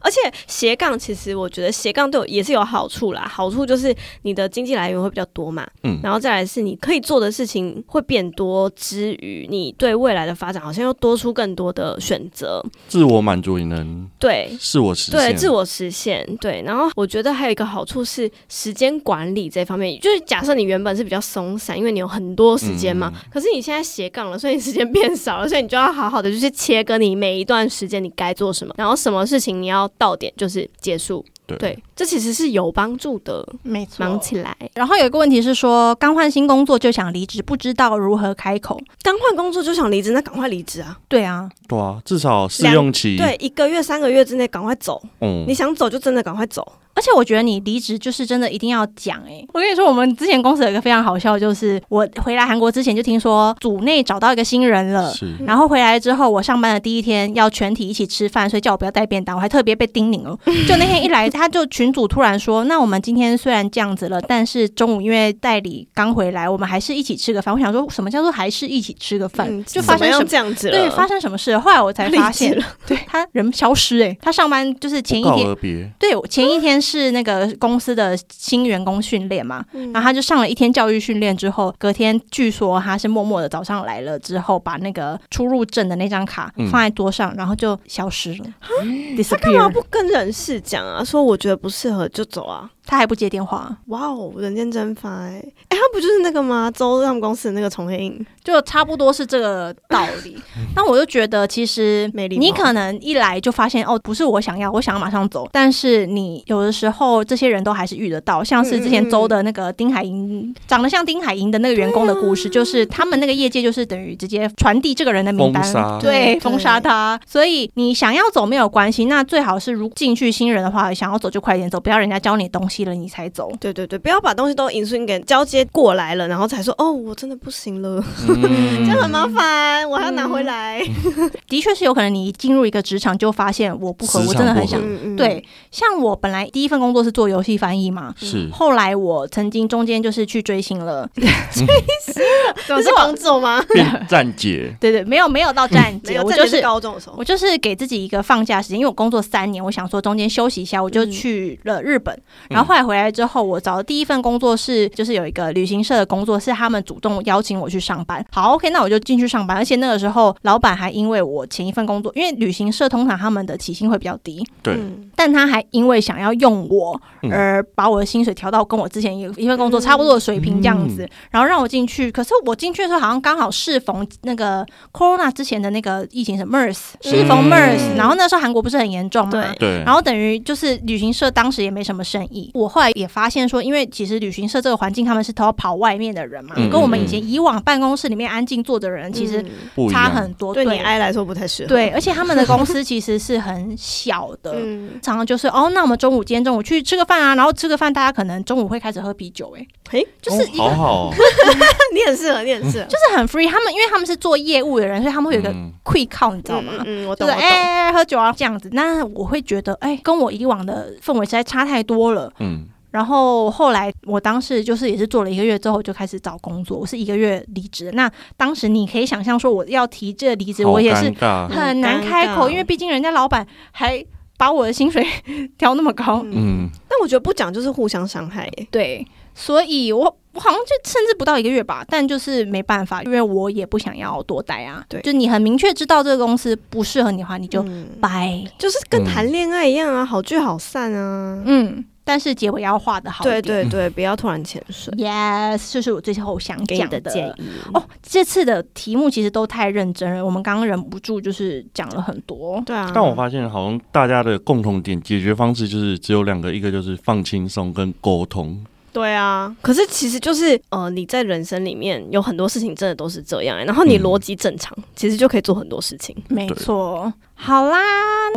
S1: 而且斜杠，其实我觉得斜杠对我也是有好处啦。好处就是你的经济来源会比较多嘛，
S3: 嗯
S1: 然后再来是你可以做的事情会变多之余，你对未来的发展好像又多出更多的选择。
S3: 自我满足也能
S1: 对，
S3: 是我实现，
S1: 对，自我实现，对。然后我觉得还有一个好处是时间管理这方面，就是假设你原本是比较松散，因为你有很多时间嘛，可是你现在斜杠了，所以你时间变少了，所以你就要好好的就是切割你每一段时间你该做什么，然后什么事情你要到点就是结束，
S3: 对
S1: 对，这其实是有帮助的。
S2: 没错
S1: 忙起来，
S2: 然后有一个问题是说，刚换新工作就想离职，不知道如何开口。
S1: 刚换工作就想离职，那赶快离职啊！
S2: 对啊，
S3: 对啊，至少试用期，
S1: 对，，一个月、三个月之内赶快走，
S3: 嗯
S1: 你，想走就真的赶快走。
S2: 而且我觉得你离职就是真的一定要讲欸诶、我跟你说，我们之前公司有一个非常好笑，就是我回来韩国之前就听说组内找到一个新人了。
S3: 是
S2: 然后回来之后，我上班的第一天要全体一起吃饭，所以叫我不要带便当，我还特别被叮咛哦。就那天一来，他就群主突然说：“那我们今天虽然这样子了，但是中午因为代理刚回来，我们还是一起吃个饭。”我想说什么叫做还是一起吃个饭？
S1: 嗯
S2: 就发
S1: 怎
S2: 生
S1: 么
S2: 什
S1: 样
S2: 么
S1: 这样子了？
S2: 对，发生什么事了？后来我才
S1: 离
S2: 发
S1: 职
S2: 现，对他人消失哎、他上班就是前一
S3: 不告
S2: 天，
S3: 而别，
S2: 对我前
S1: 啊
S2: 一天是那个公司的新员工训练嘛，
S1: 嗯
S2: 然后他就上了一天教育训练之后，隔天据说他是默默的早上来了之后，把那个出入证的那张卡
S3: 嗯
S2: 放在桌上，然后就消失了
S1: 啊干嘛
S2: ，disappear。
S1: 不跟人事讲啊？说我觉得不适合就走啊！
S2: 他还不接电话，
S1: 哇哦，人间蒸发哎、欸！哎、他不就是那个吗？周他们公司的那个重黑影，
S2: 就差不多是这个道理。
S3: 嗯
S2: 那我就觉得，其实
S1: 没礼貌
S2: 你可能一来就发现哦，不是我想要，我想要马上走。但是你有的时候这些人都还是遇得到，像是之前周的那个丁海寅，长得像丁海寅的那个员工的故
S3: 嗯
S2: 事，就是他们那个业界就是等于直接传递这个人的名
S3: 封
S2: 单。
S3: 杀，
S2: 对，
S1: 对
S2: 封杀他。所以你想要走没有关系，那最好是如进去新人的话，想要走就快点走，不要人家教你东西了你才走。
S1: 对对对，不要把东西都引顺给交接过来了，然后才说哦，我真的不行了，
S3: 嗯
S1: 这样很麻烦，我还要拿回来。
S2: 嗯的确是有可能，你一进入一个职场就发现我不合，
S3: 磁
S2: 我
S3: 场
S2: 真的很
S3: 不合
S2: 想。
S1: 嗯嗯，
S2: 对，像我本来第一份工作是做游戏翻译嘛，
S1: 嗯
S3: 是
S2: 后来我曾经中间就是去追星了，
S1: 这是
S2: 可是我
S1: 工作吗？
S3: 变站姐，
S2: 对对，没有没有 到站
S1: 没
S2: 姐，
S1: 有，
S2: 我
S1: 这
S2: 就
S1: 就是
S2: 是。
S1: 高中的时候
S2: 我。就是给自己一个放假时间，因为我工作三年，我想说中间休息一下，我就
S1: 嗯
S2: 去了日本。然后后来回来之后，我找的第一份工作是，就是有一个旅行社的工作，是他们主动邀请我去上班。好，OK，那我就进去上班。而且那个时候，老板还因为我前一份工作，因为旅行社通常他们的起薪会比较低，
S3: 对
S1: 嗯
S2: 但他还因为想要用我
S3: 嗯
S2: 而把我的薪水调到跟我之前
S1: 嗯
S2: 一一份工作差不多的水平这样子，然后让我进去。可是我进去的时候好像刚好适逢那个 corona 之前的那个疫情是 MERS，适逢
S3: 嗯
S2: MERS，、然后那时候韩国不是很严重嘛，
S1: 对
S3: 对，
S2: 然后等于就是旅行社当时也没什么生意。我后来也发现说，因为其实旅行社这个环境，他们是都要跑外面的人嘛，
S3: 嗯
S2: 跟我们
S1: 嗯
S2: 以前以往办公室里面安静坐的人其实
S1: 嗯
S3: 不一
S2: 差
S3: 样
S2: 很。多。
S1: 对你 I 来说不太适合。
S2: 对，而且他们的公司其实是很小的。
S1: 嗯，
S2: 常常就是哦，那我们中午今天中午去吃个饭啊，然后吃个饭，大家可能中午会开始喝啤酒、欸，
S1: 诶，
S2: 就是
S3: 哦
S2: 一个、
S3: 好好哦，
S1: 你很适合，你很适合，就
S2: 就是很 free。他们因为他们是做业务的人，所以他们会有一个
S3: 嗯
S2: quick call，你知道吗？
S1: 嗯嗯，我
S2: 就
S1: 懂，
S2: 是
S1: 我懂。
S2: 哎、喝酒啊这样子，那我会觉得哎、跟我以往的氛围实在差太多了。
S3: 嗯，
S2: 然后后来我当时就是也是做了一个月之后就开始找工作，我是一个月离职的。那当时你可以想象说我要提这离职，
S3: 好
S2: 我也
S3: 尴
S2: 是
S3: 尬。
S2: 很难开
S1: 很尴
S2: 口，
S1: 尬
S2: 因为毕竟人家老板还把我的薪水 调那么高。
S3: 嗯，
S1: 但我觉得不讲就是互相伤害耶。
S2: 对，所以我我好像就甚至不到一个月吧，但就是没办法，因为我也不想要多待啊。
S1: 对
S2: 就你很明确知道这个公司不适合你的话，你就
S1: 嗯
S2: 拜。
S1: 就是
S3: 嗯
S1: 跟谈恋爱一样啊，好聚好散啊。
S2: 嗯，但是结尾要画的好一
S1: 对对
S2: 点。
S3: 嗯
S1: 对，不要突然潜水。
S2: Yes，这是我最后想
S1: 给你
S2: 讲
S1: 的建议
S2: 哦，，这次的题目其实都太认真了，我们刚刚忍不住就是讲了很多。
S1: 对啊。
S3: 但我发现好像大家的共同点解决方式就是只有两个，一个就是放轻松跟沟通。
S1: 对啊，可是其实就是呃，你在人生里面有很多事情真的都是这样欸、然后你
S3: 嗯
S1: 逻辑正常，其实就可以做很多事情。
S2: 没错，好啦，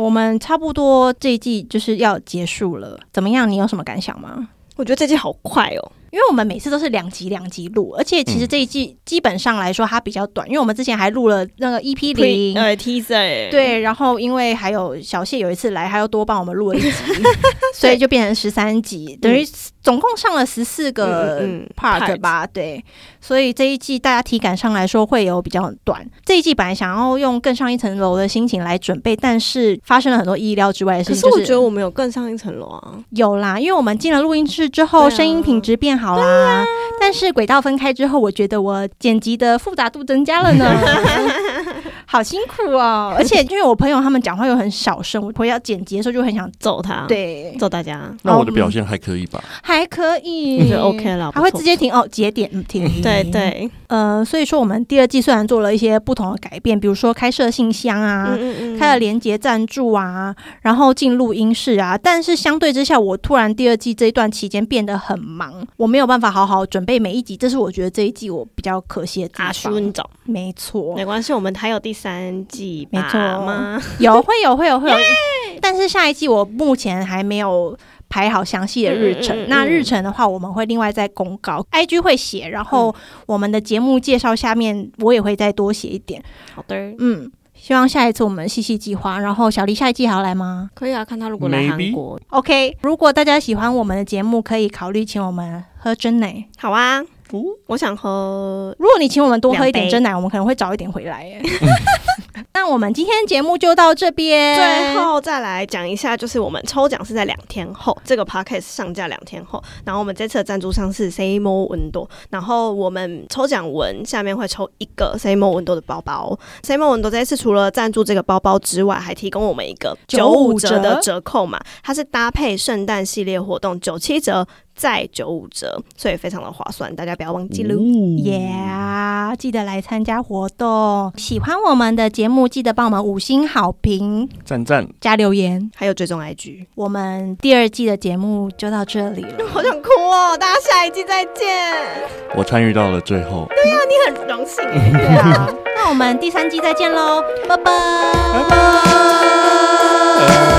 S2: 我们差不多这一季就是要结束了，怎么样？你有什么感想吗？
S1: 我觉得这季好快哦、
S2: 因为我们每次都是两集两集录，而且其
S1: 嗯
S2: 实这一季基本上来说它比较短，因为我们之前还录了那个 EP 零
S1: Pre-，呃 teaser，欸，
S2: 对，然后因为还有小谢有一次来，他又多帮我们 录了一集， 所以就变成十三集，等于总共上了十四
S1: 嗯
S2: 个
S1: 嗯嗯
S2: part 吧，对。所以这一季大家体感上来说会有比较短。这一季本来想要用更上一层楼的心情来准备，但是发生了很多意料之外的事
S1: 可
S2: 情。
S1: 是我
S2: 就
S1: 觉得我们有更上一层楼啊。
S2: 有啦，因为我们进了录音室之后，
S1: 对啊
S2: 声音品质变好啦。但是轨道分开之后，我觉得我剪辑的复杂度增加了 呢，好辛苦哦。而且因为我朋友他们讲话又很小声，我回要剪辑的时候就很想
S1: 揍他，，
S2: 对，
S1: 揍大家，
S3: 那我的表现还可以吧？
S2: 还可以，
S1: 我觉得 OK 啦，
S2: 还会
S1: 不错
S2: 直接停哦，节点嗯停。
S1: 对。对，
S2: 呃，所以说我们第二季虽然做了一些不同的改变，比如说开设信箱啊，
S1: 嗯嗯嗯，
S2: 开了连接赞助啊，然后进录音室啊，但是相对之下，我突然第二季这一段期间变得很忙，我没有办法好好准备每一集，这是我觉得这一季我比较可惜的地方。
S1: 阿叔，你找
S2: 没错
S1: 没，关系，我们还有第三季吧，
S2: 没错
S1: 吗？
S2: 有会有会有会有，但是下一季我目前还没有排好详细的日程。
S1: 嗯嗯嗯嗯
S2: 那日程的话，我们会另外再公告，IG 会写，然后
S1: 嗯
S2: 我们的节目介绍下面我也会再多写一点。
S1: 好的，
S2: 嗯，希望下一次我们细细计划。然后小黎下一季还要来吗？
S1: 可以啊，看他如果来韩
S3: Maybe
S1: 国，
S2: OK，如果大家喜欢我们的节目，可以考虑请我们喝真奶。
S1: 好啊
S3: 哦，
S1: 我想喝，
S2: 如果你请我们多喝一点
S1: 两杯
S2: 真奶，我们可能会早一点回来
S1: 嗯
S2: 耶。 那我们今天节目就到这边，
S1: 最后再来讲一下，就是我们抽奖是在两天后，这个 podcast 上架两天后，然后我们这次的赞助商是 Samo Window，然后我们抽奖文下面会抽一个 Samo Window 的包包，Samo Window 这一次除了赞助这个包包之外，还提供我们一个九五折的折扣码，它是搭配圣诞系列活动九七折。再九五折，所以非常的划算，大家不要忘记喽。
S2: Yeah，记得来参加活动。喜欢我们的节目，记得帮我们五星好评
S3: 赞赞，
S2: 加留言。
S1: 还有追踪 IG，
S2: 我们第二季的节目就到这里了。
S1: 好想哭哦！大家下一季再见。
S3: 我参与到了最后，
S1: 你很荣幸耶。
S2: 对啊，那我们第三季再见喽，拜拜。拜拜